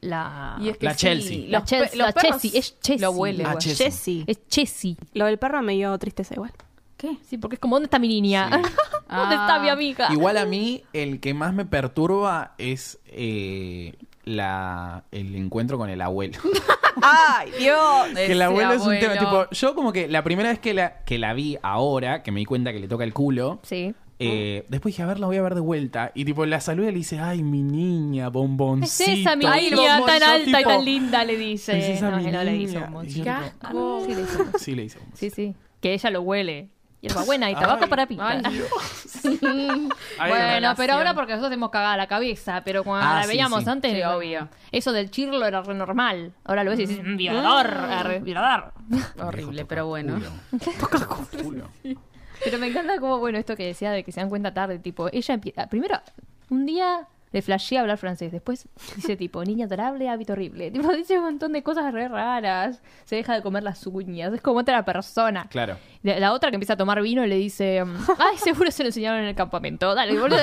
B: La...
D: Ah. Y es que
A: Ah, La
D: sí,
A: Chelsea.
D: los
B: La Chelsea,
D: pe- los
B: la
D: perros
B: Chelsea, es Chelsea.
D: Lo huele.
A: Ah,
D: güey.
A: Chelsea.
C: Jessie.
B: Es Chessy.
C: Lo del perro me dio tristeza igual.
D: ¿Qué?
B: Sí, porque es como, ¿dónde está mi niña?
A: Sí.
B: ¿Dónde está mi
D: Ah.
B: amiga?
A: Igual a mí el que más me perturba es eh, la, el encuentro con el abuelo.
C: ¡Ay, Dios!
A: que el abuelo, es un tema, tipo, yo como que la primera vez que la, que la vi ahora, que me di cuenta que le toca el culo,
B: Sí.
A: eh,
B: Mm.
A: después dije, a ver, la voy a ver de vuelta. Y tipo, la saluda y le dice, ay, mi niña, bomboncito.
B: Es esa mi
A: Ay,
B: niña tan
A: bomboncito,
B: alta y
A: tipo,
B: tan linda, le dice.
A: "Es esa
B: no,
A: mi
B: que no le
A: niña".
B: dice
A: Y yo
B: un
A: tipo,
B: montón.
D: Qué asco.
B: Sí, le hizo.
A: Sí, le hizo. un
B: Sí, sí. Que ella lo huele. Y él va, buena, y tabaco
A: Ah. Ay,
B: para pipa.
D: ay,
A: Ay,
B: bueno, pero
D: relación.
B: ahora porque nosotros hemos cagado la cabeza, pero cuando
A: Ah,
B: la
A: sí,
B: veíamos
A: sí.
B: antes,
D: Sí,
B: digo,
D: obvio.
B: eso del chirlo era re normal. Ahora lo ves y dices, "Mm, violador, arre, violador.
D: Horrible, pero bueno.
A: culo.
B: Pero me encanta como, bueno, esto que decía de que se dan cuenta tarde, tipo, ella empieza, primero, ah, un día Le flashea hablar francés. Después dice tipo, niña adorable, hábito horrible. Tipo, dice un montón de cosas re raras. Se deja de comer las uñas. Es como otra persona.
A: Claro.
B: La, la otra que empieza a tomar vino le dice, ay, seguro se lo enseñaron en el campamento. Dale, boludo.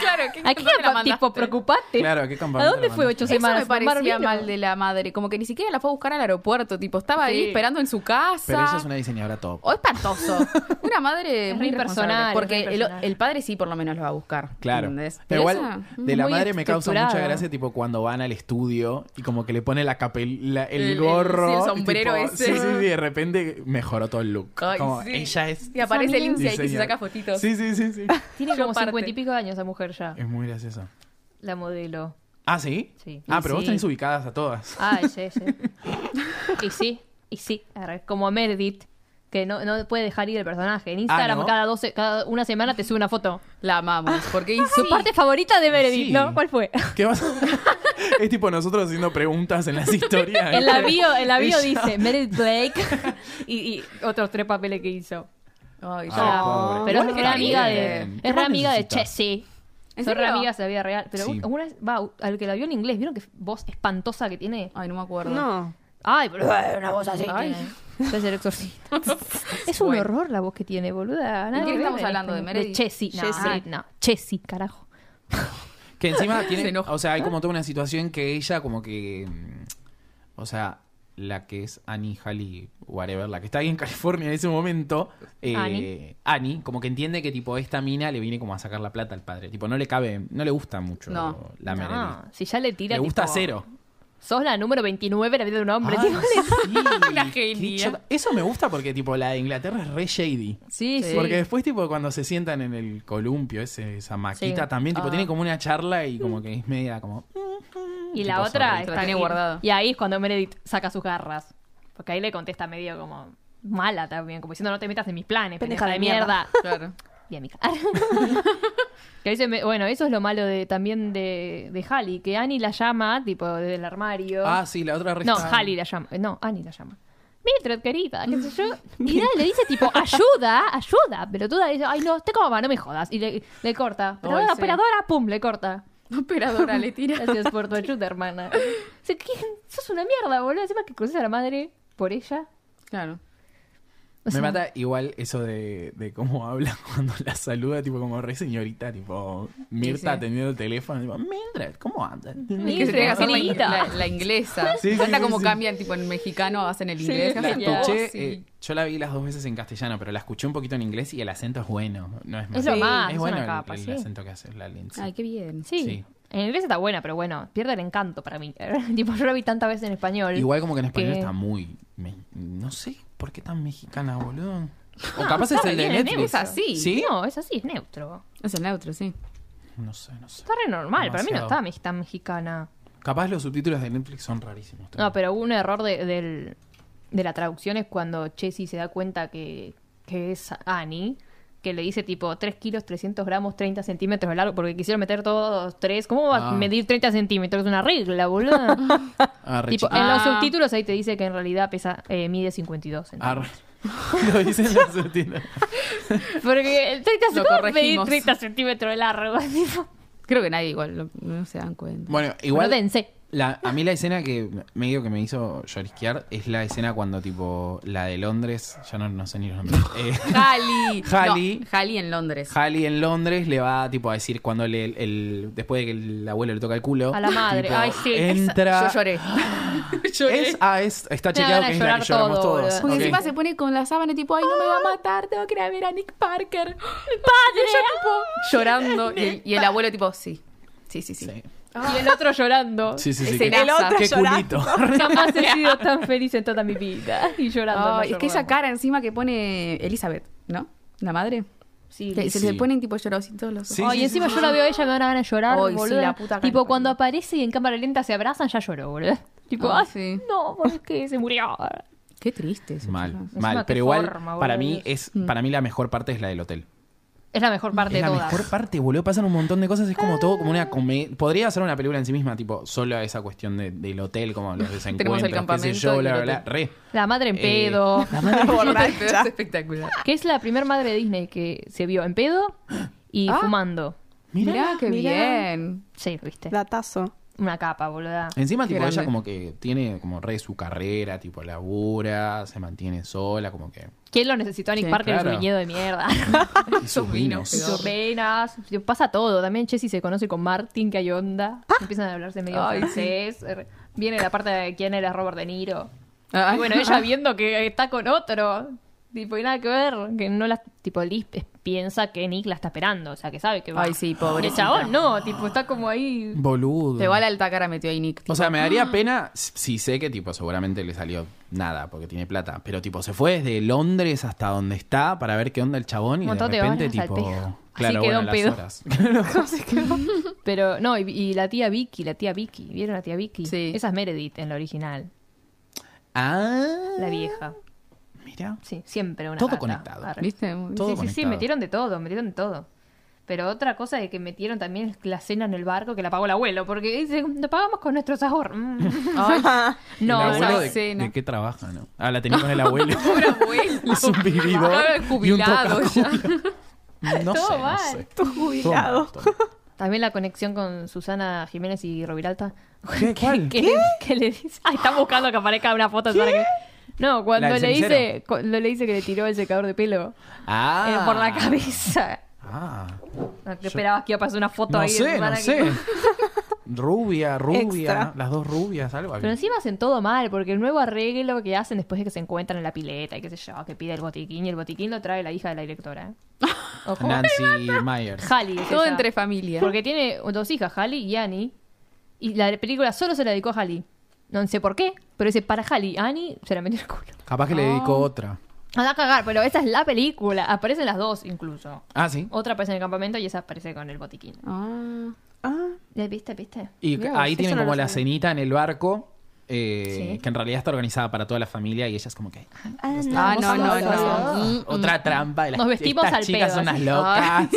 E: Claro, ¿qué-
B: Aquí
E: dónde la
B: tipo,
E: mandaste?
B: preocupate.
A: Claro, ¿qué
B: ¿A
A: campamento
B: dónde
A: la
B: fue
A: mandaste?
B: ocho
D: Eso
B: semanas?
D: me parecía
B: Tomar vino.
D: mal de la madre. Como que ni siquiera la fue a buscar al aeropuerto. Tipo, estaba ahí
B: Sí.
D: esperando en su casa.
A: Pero ella es una diseñadora top.
D: O espantoso. Una madre
B: Es
D: muy
B: re impersonal,
D: impersonal. Porque
B: es re
D: el-
B: impersonal.
D: El, padre sí, por lo menos, lo va a buscar.
A: Claro.
D: ¿entendés?
A: Pero
D: Pero
A: igual,
D: esa-
A: de la
B: muy
A: madre me causa mucha
B: estructurada.
A: gracia, tipo, cuando van al estudio y como que le pone la capel, la- el,
D: El- el-
A: gorro.
D: sí, el
A: y
D: sombrero
A: tipo,
D: ese.
A: Sí, sí, sí, de repente mejoró todo el look.
D: Ay,
A: como,
D: sí.
A: ella es...
D: Y aparece el Insia y que se
A: diseñadora.
D: saca fotitos.
A: Sí, sí, sí, sí.
B: Tiene como
D: Aparte.
B: cincuenta y pico de años esa mujer ya.
A: es muy gracioso.
B: La modelo.
A: ¿Ah, sí?
B: Sí.
A: Ah, pero vos
D: Sí.
A: tenés ubicadas a todas.
B: Ay, sí, sí. Ah, y sí, y sí. Arre, Como Meredith, que no, no puede dejar ir el personaje. En Instagram
A: Ah, ¿no?
B: cada, 12, cada una semana te sube una foto.
D: La amamos. Porque hizo
B: Su parte favorita de Meredith,
A: Sí.
B: ¿no? ¿Cuál fue?
A: ¿Qué vas a- Es tipo nosotros haciendo preguntas en las historias.
B: En la bio, en la bio
A: Ella-
B: dice Meredith Blake y, y otros tres papeles que hizo.
D: Ay,
A: Ay,
D: ya.
A: Ah, pobre.
B: Pero
A: Bueno,
B: es re
A: está
B: amiga de,
A: bien. ¿Qué
B: es re
A: más
B: amiga de
A: necesitas?
B: Chessy.
D: ¿En
B: Son re
D: serio?
B: amigas de la vida real. Pero
A: Sí.
B: un- una vez, va, al que la vio en inglés, ¿vieron qué voz espantosa que tiene?
D: Ay, no me acuerdo.
C: No.
B: Ay, boludo, una voz así.
D: Ay.
B: tiene. Es el exorcista. es un
D: Bueno.
B: horror la voz que tiene, boluda. Nada
D: ¿De qué
B: que ver
D: estamos
B: en
D: hablando?
B: español.
D: ¿De
B: De
D: Meredith?
B: Chessy. No,
D: Chessy.
B: ah, no. Chessy, carajo.
A: Que encima
D: Se
A: tiene,
D: enoja.
A: o sea, hay como toda una situación que ella como que, mm, o sea, la que es Annie Halley, whatever, la que está ahí en California en ese momento, eh,
B: Annie.
A: Annie. como que entiende que tipo esta mina le viene como a sacar la plata al padre, tipo no le cabe, no le gusta mucho
D: No.
A: la
B: No,
A: Meredith.
B: si ya le tira.
A: Le gusta
B: tipo,
A: cero.
B: Sos la número 29 en la vida de un hombre.
A: Ay,
B: tipo,
A: sí,
D: La
A: qué
D: genia.
A: chota. Eso me gusta porque tipo la de Inglaterra es re shady.
B: Sí, sí.
A: Porque después, tipo, cuando se sientan en el columpio, ese, esa maquita
B: Sí. Mm.
A: también, tipo,
D: Ah.
A: tiene como una charla y como que es media como...
B: Y la
A: tipo,
B: otra
A: sorry.
D: Te la
B: está
D: tiene
B: ahí.
D: guardada.
B: Y ahí es cuando Meredith saca sus garras. Porque ahí le contesta medio como mala también, como diciendo no te metas en mis planes, pendeja,
C: Pendeja
B: de
C: de
B: mierda.
D: Claro.
B: Bien, mi cara. Que dice, me- bueno, eso es lo malo de también de, de Halley, que Annie la llama, tipo, desde el armario.
A: Ah, sí, la otra
B: no,
A: resta-
B: Halley la llama. No, Annie la llama. Mildred, querida, qué sé yo. Y nada, le dice, tipo, ayuda, ayuda. Pero tú le dice, ay, no, te coma, no me jodas. Y le, le corta. Operadora,
D: sí.
B: operadora, pum, le corta.
D: Operadora, le tira.
B: Gracias por tu ayuda, hermana. O sea, ¿qué? Sos una mierda, boludo. Encima que cruces a la madre por ella.
D: Claro.
B: O sea,
A: Me mata igual eso de, de cómo habla cuando la saluda, tipo como re señorita, tipo Mirta
D: Sí, sí.
A: atendiendo el teléfono, tipo, Mildred, ¿cómo andas?
D: Es que se tiene que hacer
B: Querida.
D: la, la- la inglesa.
A: Sí, sí,
D: Falta
A: sí,
D: como
A: sí.
D: cambian, tipo en el mexicano hacen el
B: Sí,
D: inglés.
B: la
D: hacen
B: genial.
D: todo,
A: Escuché,
D: sí.
A: eh, yo la vi las dos veces en castellano, pero la escuché un poquito en inglés y el acento es bueno. No es,
B: Es
A: malo.
B: lo
C: Sí,
B: más,
A: es
B: es
A: bueno
B: una
A: el,
B: capa,
A: el
B: sí.
A: acento que hace la Lindsay.
D: Ay, qué bien.
B: Sí.
A: Sí.
B: En inglés está buena, pero bueno, pierde el encanto para mí. tipo, yo lo vi tantas veces en español.
A: Igual como que en español
B: que-
A: está muy... me- no sé, ¿por qué tan mexicana, boludo? O capaz es el de
B: bien,
A: Netflix.
D: es así.
A: ¿Sí?
B: No, es así, es neutro.
D: Es el neutro, sí.
A: No sé, no sé.
B: Está re normal, para mí no
A: Demasiado.
B: está mex- tan mexicana.
A: Capaz los subtítulos de Netflix son rarísimos.
B: No, pero un error de, del- de la traducción es cuando Chessy se da cuenta que, que es Annie, que le dice tipo 3 kilos, 300 gramos, 30 centímetros de largo, porque quisieron meter todos tres. ¿Cómo
A: Ah.
B: va a medir 30 centímetros? Es una regla, boludo.
A: Ah, re
B: tipo,
A: chiquito.
B: en los
D: Ah.
B: subtítulos ahí te dice que en realidad pesa eh, mide 52
A: Ah,
B: centímetros.
A: re- Lo dicen los subtítulos.
B: Porque el 30
D: Lo
B: centímetros,
D: corregimos.
B: 30 centímetros de largo. tipo.
D: Creo que nadie igual lo- no se dan cuenta.
A: Bueno, igual...
B: Anótense.
A: La, a mí la escena que medio que me hizo llorisquear es la escena cuando tipo la de Londres, ya no, no sé ni los nombres. Eh,
D: Jali.
A: Jali.
D: No, Jali en Londres.
A: Halley en Londres le va tipo a decir cuando le, el, después de que el abuelo le toca el culo.
B: A la madre.
A: tipo,
B: Ay, sí.
A: Entra.
D: Yo lloré. lloré.
A: Es, ah, es, está
B: Me van
A: chequeado
B: a
A: que es la
B: llorar
A: que lloramos
B: todo,
A: todos.
B: boludo.
D: Porque
A: Ok.
D: encima se pone con la sábana tipo, ay, no me va a matar, tengo que ir a ver a Nick Parker. ¡Mi
B: padre!
D: llorando. Y el, y el abuelo tipo, sí. Sí, sí, sí.
A: Sí,
B: Y el otro llorando.
A: sí, sí. sí, qué-
D: Escenaza.
C: El otro
A: Qué
C: llorando.
A: culito.
B: Jamás he sido tan feliz en toda mi vida. Y llorando. no
D: Ay, es que esa
B: lloramos.
D: cara encima que pone Elizabeth, ¿no? La madre.
B: Sí,
D: Que se
A: Sí.
D: le ponen tipo llorositos los ojos.
A: Sí,
B: Ay,
A: sí,
B: encima yo la veo a ella, me van a ganas de llorar,
D: Ay, sí,
B: boluda.
D: la puta que
B: tipo,
D: lo
B: cuando
D: parió.
B: aparece y en cámara lenta se abrazan, ya lloró, boludo. Tipo,
D: Ay,
B: ay,
D: sí.
B: no, porque se murió.
D: Qué triste eso.
A: Mal,
D: chicos.
A: mal.
B: qué
A: Pero igual,
B: forma,
A: para
B: boludo. Mm.
A: mí es, para mí la mejor parte es la del hotel.
B: Es la mejor parte
A: es
B: de
A: la
B: todas. Ah.
A: mejor parte, boludo. Pasan un montón de cosas. Es como todo, como una comedia. Podría ser una película en sí misma, tipo, solo esa cuestión de- del hotel, como los desencuentros, qué sé
D: campamento
A: yo,
D: y
A: bla,
D: el
A: bla, bla.
D: hotel.
A: Re.
B: La madre en
A: Eh,
B: pedo.
D: Pero Es espectacular.
B: Que es la primer madre de Disney que se vio en pedo y
D: Ah.
B: fumando.
D: Mirá,
A: Mira.
D: qué
C: mirá.
D: bien.
B: Sí, viste.
C: Datazo.
B: Una capa, boluda.
A: Encima, tipo,
D: Qué grande.
A: ella como que tiene como re su carrera, tipo, labura, se mantiene sola, como que.
B: ¿Quién lo necesitó a Nick
D: Sí,
B: Parker en
A: claro.
B: su viñedo de mierda?
A: Y sus vinos.
B: Y sus venas. Pasa todo. También Jesse se conoce con Martin, que hay onda. Empiezan a hablarse medio
D: Ah. Ay, sí.
B: francés. Er, Viene la parte de quién era Robert De Niro.
D: Ay.
B: Y bueno, ella viendo que está con otro. Tipo, y nada que ver. Que no la. Tipo, Liz piensa que Nick la está esperando. O sea, que sabe que va.
D: Ay, sí,
B: Y el
D: pobrecita.
B: chabón no. Tipo, está como ahí.
A: Boludo.
D: Te va la alta cara metió ahí Nick.
A: O sea, me daría pena si- si sé que, tipo, seguramente le salió nada porque tiene plata. Pero, tipo, se fue desde Londres hasta donde está para ver qué onda el chabón y
B: Un
A: de
B: montón de
A: repente,
B: horas
A: tipo.
B: al pedo.
A: Claro,
B: Así quedó
A: bueno,
B: un
A: las
B: pedo.
A: horas.
B: Pero no, y, y la tía Vicky, la tía Vicky. ¿Vieron la tía Vicky?
D: Sí.
B: Esa es Meredith en la original.
A: ah,
B: La vieja.
A: mira.
B: Sí, siempre una
A: Todo
B: gata.
A: conectado.
B: Arre.
D: ¿Viste?
A: Todo
B: sí, sí, sí,
A: conectado.
B: metieron de todo, metieron de todo. Pero otra cosa de que metieron también es la cena en el barco que la pagó el abuelo, porque dice, la pagamos con nuestros ahorros. Mm.
A: ¿El
B: no,
A: abuelo
D: esa
B: no,
A: de,
D: escena.
A: de qué trabaja, no? Ah, la tenía con el abuelo. es un vividor.
D: Estaba jubilado
A: y un
D: ya.
A: trocaculo. No
B: Todo
A: sé, no
B: mal.
A: sé.
C: Todo jubilado.
A: Todo mal, todo mal.
B: También la conexión con Susana Jiménez y Roviralta.
A: ¿Qué? ¿Cuál?
B: Que, que le dice, ah, están buscando que aparezca una foto para que... No, cuando
A: ¿La del
B: le dice,
A: cenicero?
B: cuando le dice que le tiró el secador de pelo
A: Ah.
B: eh, por la cabeza.
A: Ah.
B: No, que esperabas que iba a pasar una foto
A: No
B: ahí. de
A: sé,
B: Susana
A: no
B: que-
A: sé. Rubia, rubia.
C: Extra.
A: Las dos rubias, algo.
B: Pero encima hacen todo mal, porque el nuevo arreglo que hacen después de que se encuentran en la pileta y qué sé yo, que pide el botiquín y el botiquín lo trae la hija de la directora. ¿eh? Ojo.
A: Nancy Myers.
B: Hallie. es
D: Todo
B: ella.
D: entre familia.
B: Porque tiene dos hijas, Hallie y Annie. Y la película solo se la dedicó a Hallie. No sé por qué, pero dice para Hallie. Annie se la metió en el culo.
A: Capaz que le dedicó otra.
B: Anda a cagar, pero esa es la película. Aparecen las dos incluso.
A: Ah, sí.
B: Otra aparece en el campamento y esa aparece con el botiquín.
D: Ah.
C: Ah,
B: ¿La viste, viste?
A: Y
D: Mirá,
A: ahí
D: eso
A: tienen
D: no
A: como
D: lo
A: la
D: sabía.
A: cenita en el barco, eh,
B: Sí.
A: que en realidad está organizada para toda la familia y ella es como que...
D: Ah, no, no,
C: no.
D: no.
A: Otra trampa. las-
B: Mm, Nos vestimos
A: estas
B: al
A: chicas
B: pedo,
A: son unas
B: así.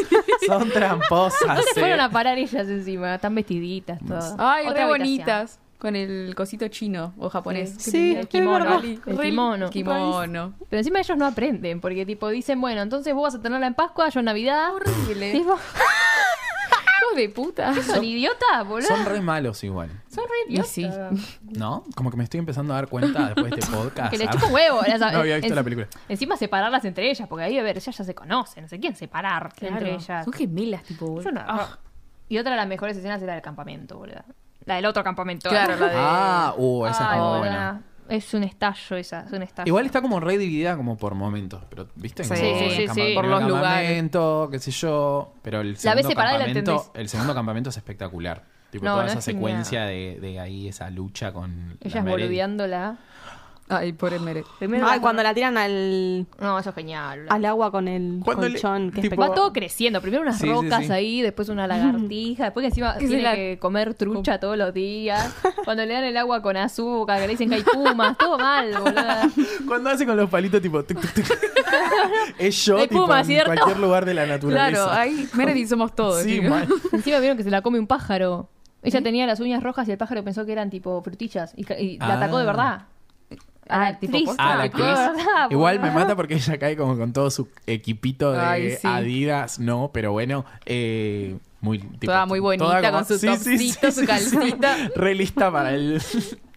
A: locas. Son tramposas. eh.
B: ¿Dónde
A: Ah, sí.
B: fueron a parar ellas encima? Están vestiditas todas.
D: Ay,
B: Otra habitación.
D: re bonitas. Con el cosito chino o japonés.
B: Sí,
D: Qué
C: Sí,
B: el
D: lindo.
C: es
B: kimono.
C: verdad.
B: El kimono.
D: Kimono.
B: Pero encima ellos no aprenden, porque tipo dicen, bueno, entonces vos vas a tenerla en Pascua, yo en Navidad.
D: Horrible.
B: Tipo,
D: Hijos de puta.
B: ¿qué son idiotas, boludo?
A: Son re malos igual,
B: Son re idiotas.
D: Sí.
A: ¿no? Como que me estoy empezando a dar cuenta después de este podcast.
B: Que les chupa un huevo. o sea,
A: No había
B: en-
A: visto la película.
B: Encima separarlas entre ellas, porque ahí, a ver, ellas ya se conocen, no se quieren separar entre ellas.
D: Son gemelas, tipo,
B: Es
D: boludo.
B: una-
A: Ah.
B: Y otra de las mejores escenas era del campamento, boludo. La del otro campamento.
D: Claro, la de-
A: Ah, uh, esa es
B: Ay,
A: muy
B: boluda.
A: buena.
B: Es un estallo esa, es un estallo.
A: Igual está como re dividida como por momentos, pero ¿viste?
D: Sí,
A: Como
D: sí,
A: el
D: sí,
A: campa-
B: sí.
A: el
D: Por los lugares.
A: campamento, qué sé yo, pero el
B: La ves
A: segundo
B: separada y la
A: campamento,
B: entendés.
A: el segundo campamento es espectacular. Tipo
B: No,
A: toda
B: no
A: esa
B: es
A: secuencia de, de ahí esa lucha con la
B: Ellas
A: Meredith.
B: boludeándola.
D: Ay, pobre Mere.
B: Primero
C: Ay, cuando la tiran al,
B: No, eso es genial. boluda.
C: al agua con el
A: Cuando le-
C: colchón. que
A: tipo-
B: Va todo creciendo. Primero unas
A: Sí, sí,
B: rocas
A: sí.
B: ahí, después una lagartija, después que encima
D: Que se
B: tiene
D: la-
B: que comer trucha todos los días. Cuando le dan el agua con azúcar, que le dicen que hay pumas, todo mal, boluda.
A: Cuando hace con los palitos tipo tuc, tuc, tuc. es yo
B: Hay
A: tipo,
B: puma,
A: en
B: ¿cierto?
A: cualquier lugar de la naturaleza.
D: Claro, ahí Meredith somos todos.
A: Sí,
D: chicos.
A: mal.
B: Encima vieron que se la come un pájaro. Ella tenía las uñas rojas y el pájaro pensó que eran tipo frutillas y, ca- y la atacó de
A: Ah.
B: verdad.
D: Ah,
B: Ah,
D: tipo,
B: triste.
D: posta.
A: Ah,
B: Ah,
A: la
B: qué
A: actriz.
B: verdad,
A: Igual me
B: boluda.
A: mata porque ella cae como con todo su equipito de
D: Ay, sí.
A: Adidas, no, pero bueno, eh, muy tipo,
D: Toda muy bonita, con su topsito, su calcita.
A: re lista para el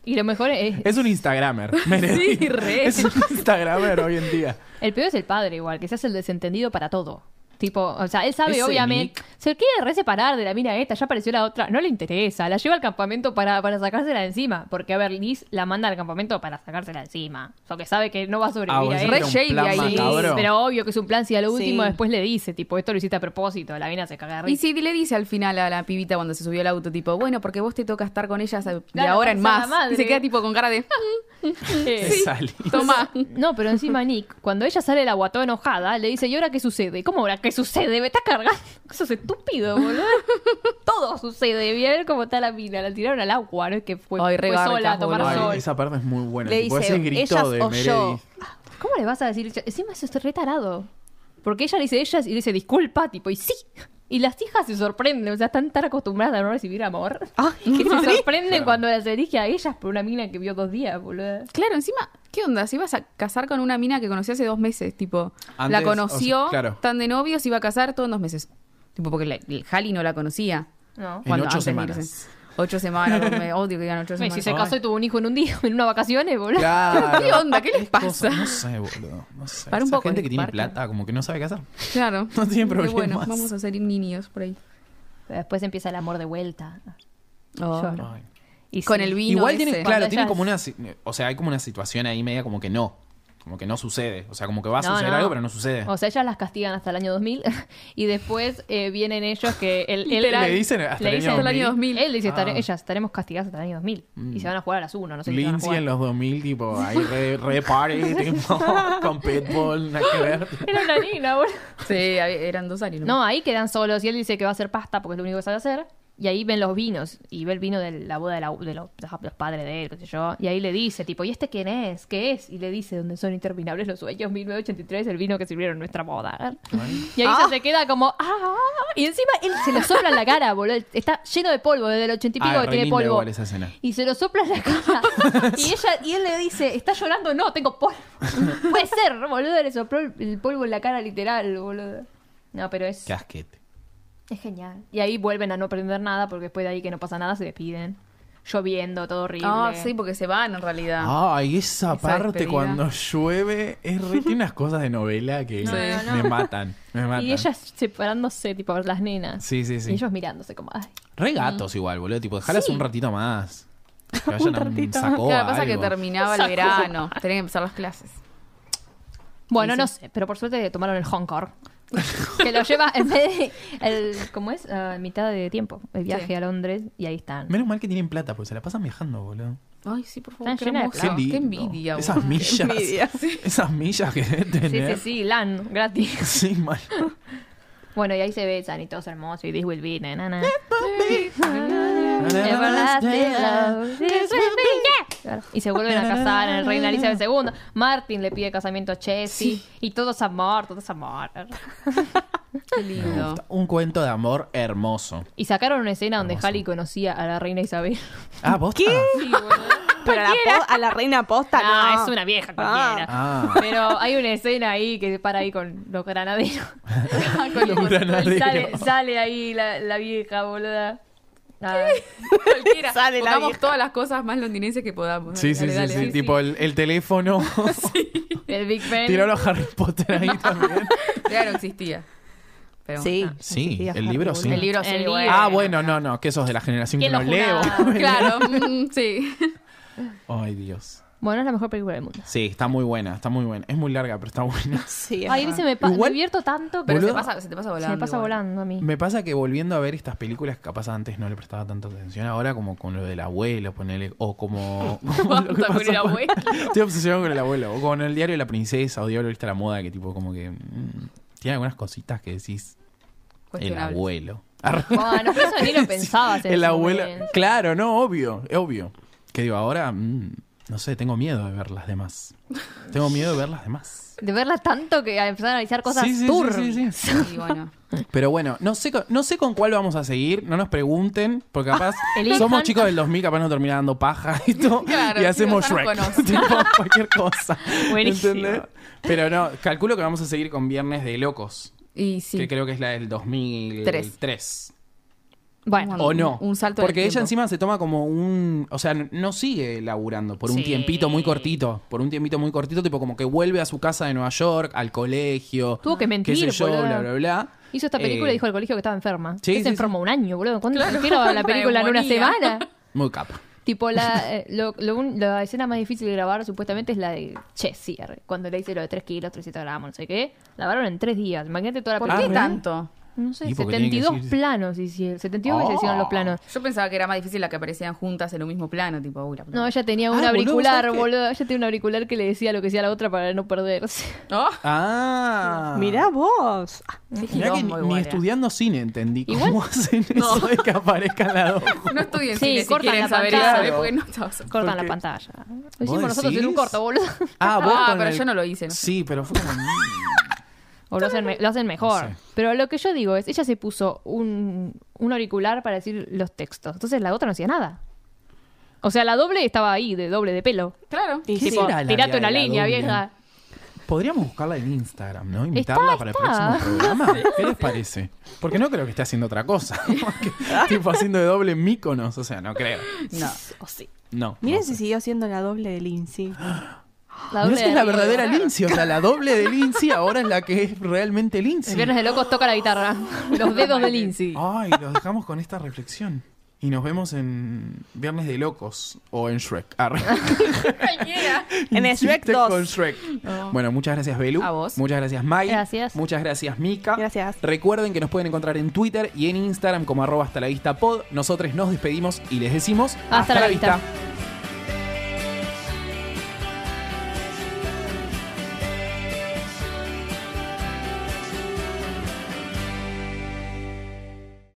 B: Y lo mejor es.
A: Es un instagramer. Meredith.
D: Sí, re.
A: Es un instagramer hoy en día.
B: El peor es el padre, igual, que se hace el desentendido para todo. Tipo, o sea, él sabe,
A: Ese
B: obviamente.
A: Nick.
B: Se quiere re separar de la mina esta, ya apareció la otra. No le interesa. La lleva al campamento para, para sacársela de encima. Porque, a ver, Liz la manda al campamento para sacársela de encima. O sea, que sabe que no va a
A: Ah,
B: sobrevivir
A: vos
B: a
A: decís
B: él.
D: Re
A: que era un
D: shady
A: plan
D: ahí.
A: macabro.
B: Pero obvio que es un plan si a lo
C: Sí.
B: último después le dice, tipo, esto lo hiciste a propósito. La mina se caga de
D: Y
B: risa.
D: sí, le dice al final a la pibita cuando se subió al auto, tipo, bueno, porque vos te toca estar con ellas eh, de
B: Claro,
D: ahora en
B: esa es la
D: más.
B: madre.
D: Y se queda tipo con cara de, "Ah,
A: Te salí.
D: toma.
B: No, pero encima Nick, cuando ella sale de la guató enojada, le dice, ¿y ahora qué sucede? ¿Cómo ahora qué sucede? Me está cargando. Eso es estúpido, boludo. Todo sucede. Voy a ver cómo está la mina. La tiraron al agua, no es que fue,
D: Ay, re
B: fue sola
D: garcas,
B: a tomar
D: boludo.
A: Ay,
B: sol.
A: esa parte es muy buena.
C: Le
A: tipo,
C: dice,
A: ese grito
C: ellas
A: de
C: o
A: Meredith.
C: yo.
B: ¿Cómo le vas a decir? Encima eso es retarado. Porque ella le dice ellas y le dice, disculpa, tipo, y sí. Y las hijas se sorprenden, o sea, están tan acostumbradas a no recibir amor. que se sorprenden cuando las elige a ellas por una mina que vio dos días, boludo.
D: Claro, encima, ¿qué onda? Se ibas a casar con una mina que conocí hace dos meses, tipo,
A: Antes,
D: la conoció,
A: o sea, claro.
D: tan de novios, iba a casar todo en dos meses. Tipo, porque la- el Halley no la conocía.
B: No.
A: En ocho
D: antes de
A: semanas.
D: irse. Ocho semanas, me odio que digan ocho
B: Y
D: semanas.
B: si se casó y tuvo un hijo en un día, en unas vacaciones, boludo.
A: Claro.
D: ¿Qué onda? ¿Qué les
A: Es cosa-
D: pasa?
A: No sé, boludo. No sé.
D: Para un
A: Esa
D: poco,
A: gente que tiene
D: Parker.
A: plata, como que no sabe qué hacer.
D: Claro.
A: No tiene
D: Pero Bueno,
A: problemas.
D: vamos a ser niños por ahí.
B: Pero después empieza el amor de vuelta.
D: Oh.
B: Lloro.
A: Ay.
B: Y
D: Con
B: sí.
D: el vino.
A: Igual
D: ese.
A: tiene,
B: Cuando
A: claro, tiene
B: ellas-
A: como una, si- o sea, hay como una situación ahí media como que no, como que no sucede, o sea, como que va a
B: No,
A: suceder
B: no.
A: algo, pero no sucede.
B: O sea, ellas las castigan hasta el año 2000 y después eh, vienen ellos que él, él
A: Le
B: era-
A: dicen hasta
B: le
A: el
B: dicen
A: año
D: 2000.
B: Él dice, "Estare-
A: Ah.
B: ellas estaremos castigadas hasta el año 2000 y se van a jugar a las 1, no sé qué se van a
A: Lindsay
B: jugar.
A: en los 2000, tipo, ahí re, re party, tipo, con pitbull, nada que ver.
B: Era una nina, boludo.
D: Sí, hab- eran dos años.
B: No, ahí quedan solos y él dice que va a hacer pasta porque es lo único que sabe hacer. Y ahí ven los vinos y ve el vino de la boda de, la- de los, de los padres de él, qué sé yo. Y ahí le dice, tipo, ¿y este quién es? ¿Qué es? Y le dice, donde son interminables los sueños, 1983, el vino que sirvieron en nuestra boda. Y ahí ella se queda como, ¡ah! Y encima él se lo sopla en la cara, boludo. Está lleno de polvo, desde el ochenta y pico
A: Ah,
B: que
A: re
B: tiene
A: linda
B: polvo.
A: igual esa escena.
B: Y se lo sopla en la cara. y, ella, y él le dice, ¿estás llorando? No, tengo polvo. Puede ser, boludo. Le sopló el- el polvo en la cara literal, boludo. No, pero es...
A: Qué asquete.
B: Es genial. Y ahí vuelven a no aprender nada porque después de ahí que no pasa nada se despiden. Lloviendo, todo horrible.
D: Ah, sí, porque se van en realidad.
B: Ah.
A: Ay, esa,
D: Esa
A: parte
D: despedida.
A: cuando llueve, es re, tiene unas cosas de novela que
B: No, no.
A: me matan, me matan.
B: Y ellas separándose, tipo las nenas.
A: Ah, Sí, sí, sí.
B: Y ellos mirándose como, ay.
A: Re gatos igual, boludo, tipo, dejalas un ratito más. Que vayan a un saco
D: Claro,
A: o
D: pasa que
A: oh, algo.
D: terminaba el
B: Sacó.
D: verano. Tenían que empezar las clases.
B: Bueno, no sé, pero por suerte tomaron el Honkor. que lo lleva en vez de. El, ¿Cómo es? Ah, mitad de tiempo. El viaje
D: Sí.
B: a Londres y ahí están.
A: Menos mal que tienen plata, porque se la pasan viajando, boludo.
D: Ay, sí, por favor.
B: Están
D: qué
B: llenas de
D: hermoso.
B: Claro,
A: lindo.
D: Qué envidia. vos.
A: Esas millas.
D: envidia, sí.
A: Esas millas que deben
B: Sí, sí,
A: tener.
B: sí, LAN, gratis.
A: Sí, mal.
B: Bueno, y ahí se besan y todos hermosos. Y this will be, na, na, na. Everlasting love, this will be, yeah. Y se vuelven a casar en el reino de Elizabeth II. Martin le pide casamiento a Chessy. Y todo es amor, todo es amor.
D: Qué
A: Me
D: lindo.
A: gusta. Un cuento de amor hermoso.
B: Y sacaron una escena donde
A: Hermoso.
B: Halley conocía a la reina Isabel.
A: Ah, ¿vos ¿Qué?
C: Pero a la, po- a la reina posta
B: Ah,
C: no.
B: es una vieja cualquiera.
A: Ah.
B: Pero hay una escena ahí que se para ahí con los granaderos.
A: Con los granaderos.
B: Y sale, sale ahí la, la vieja, boluda. Ah, Nada.
D: Cualquiera.
C: Sale la
D: Pongamos
C: vieja.
D: todas las cosas más londinenses que podamos.
A: Sí,
D: Dale,
A: sí,
D: dale,
A: sí,
D: dale,
A: sí.
D: dale.
A: Tipo el, el teléfono.
B: El Big Ben.
A: Tiraron a Harry Potter ahí también.
D: Claro, existía. Pero,
C: Sí.
D: ah,
A: Sí,
C: existía
A: el
C: Harry
A: libro
C: Potter.
A: sí.
D: El libro
B: El
D: sí,
B: libro.
A: Ah, bueno, no, no, que eso es de la generación que
B: ¿Quién
A: no
B: lo
A: leo.
B: juraba?
D: Claro, mm, sí.
A: Ay, Dios.
B: Bueno, es la mejor película del mundo.
A: Sí, está muy buena, está muy buena. Es muy larga, pero está buena.
C: Sí, es
B: Ay,
C: verdad.
B: dice, me, pa- me
A: Igual-
B: divierto tanto,
D: Pero
B: pero
D: se,
A: Boludo.
D: pasa, se te pasa
B: se,
D: volando.
B: me pasa
D: igual.
B: volando a mí.
A: Me pasa que volviendo a ver estas películas que capaz antes no le prestaba tanta atención, ahora como con lo del abuelo, ponele, o como... como lo que
D: Basta con
A: pasó
D: el abuelo.
A: Estoy obsesionado con el abuelo, o con el diario de la princesa, o diario de la moda, que tipo como que... mm, tiene algunas cositas que decís, el
D: Cuestionable.
A: abuelo.
B: Bueno, pero eso ni lo pensabas en
A: el
B: ese
A: abuelo...
B: momento.
A: Claro, no, obvio, es obvio. Que digo, ahora, mm, no sé, tengo miedo de ver las demás. Tengo miedo de ver las demás.
B: De verla tanto que empezaron a analizar cosas
A: Sí, sí, sí,
B: turbias.
A: sí, sí.
D: Y bueno.
A: Pero bueno, no sé, con- no sé con cuál vamos a seguir, no nos pregunten, porque capaz
B: Ah, Elijan.
A: somos chicos del 2000, capaz nos termina dando paja y todo,
D: Claro,
A: y hacemos
D: chicos, ya
A: Shrek,
D: nos
A: tipo, cualquier cosa.
B: Buenísimo.
A: ¿entendés? Pero no, calculo que vamos a seguir con Viernes de Locos,
D: Y sí.
A: que creo que es la del 2003.
B: Bueno,
D: Bueno,
A: ¿O no?
D: un salto en el
A: Porque ella
D: tiempo.
A: encima se toma como un... O sea, no sigue laburando por un
B: Sí.
A: tiempito muy cortito. Por un tiempito muy cortito, tipo como que vuelve a su casa de Nueva York, al colegio.
B: Tuvo que mentir,
A: qué sé yo,
B: boluda.
A: bla, bla, bla.
B: hizo esta película
A: Eh,
B: y dijo al colegio que estaba enferma.
A: sí,
B: que
A: sí,
B: se enfermó un año, boludo. ¿Cuánto
D: Claro,
B: quiero la
D: la
B: película en una
D: neumonía.
B: semana?
A: Muy capa.
B: Tipo, la, eh, lo- lo un- la escena más difícil de grabar supuestamente es la de Chessier, cuando le dice lo de 3 kilos, 300 gramos, no sé qué. La grabaron en 3 días. Imagínate toda la
D: ¿Por
A: Ah,
D: qué
A: ¿re?
B: película.
D: tanto?
B: No sé,
A: Y porque tienen que
B: 72
A: decir- Ah.
B: planos hicieron. 72 veces hicieron los planos.
D: Yo pensaba que era más difícil la que aparecían juntas en un mismo plano, tipo, uy, la puta
B: No,
D: madre.
B: ella tenía un
A: Ah, boludo,
B: auricular,
A: ¿sabes
B: boludo,
A: qué?
B: Ella tenía un auricular que le decía lo que decía la otra para no perderse.
D: Oh,
A: Ah.
C: Mirá vos. Ah,
D: qué
A: Mirá que ni,
D: quilombo
A: ni
D: igual eh. era.
A: estudiando cine entendí cómo
B: Igual-
A: hacen eso de que aparezcan las dos.
D: No estudien
B: Sí,
D: cine si
B: cortan
D: quieren
B: la
D: saber
B: pantalla.
D: eso, ¿eh? Porque no estás...
B: Cortan
A: Porque-
B: la pantalla. Lo hicimos
A: ¿Vos
B: nosotros en un
A: decís?
B: corto, boludo.
A: Ah, vos
D: Ah,
A: con
D: pero
A: el-
D: yo no lo hice, no sé.
A: Sí, pero fue como... "Mm,
B: O lo hacen, me- lo hacen mejor.
A: No sé.
B: Pero lo que yo digo es, ella se puso un, un auricular para decir los textos. Entonces la otra no hacía nada. O sea, la doble estaba ahí, de doble de pelo.
D: Claro.
C: y
B: Tipo,
C: sí.
A: será la
B: tirate
A: vida
B: una
A: de la
B: línea,
A: doble?
B: vieja.
A: Podríamos buscarla en Instagram, ¿no?
B: Está,
A: Invitarla para
B: está.
A: el próximo programa. ¿Qué les parece? Porque no creo que esté haciendo otra cosa. Porque, tipo haciendo de doble míconos. O sea, no creo.
D: No.
C: O oh, sí.
A: No.
C: Miren
A: no
C: si
A: sé.
C: siguió siendo la doble de Lindsay.
B: La
A: Mirá
B: doble
A: si es
B: de
A: la
B: Ringo.
A: verdadera Lindsay. O sea, la doble de Lindsay ahora es la que es realmente
B: El
A: Lindsay.
B: viernes de locos toca la guitarra. Los dedos de Lindsay.
A: Ay, los dejamos con esta reflexión. Y nos vemos en Viernes de Locos o en Shrek. Arre.
C: En el Shrek
A: Insiste
C: 2.
A: con Shrek. Bueno, muchas gracias, Belu.
D: A vos.
A: Muchas gracias, Mai.
B: Gracias.
A: Muchas gracias, Mika.
C: Gracias.
A: Recuerden que nos pueden encontrar en Twitter y en Instagram como arroba hasta la vista pod. Nosotros nos despedimos y les decimos
B: Hasta la vista.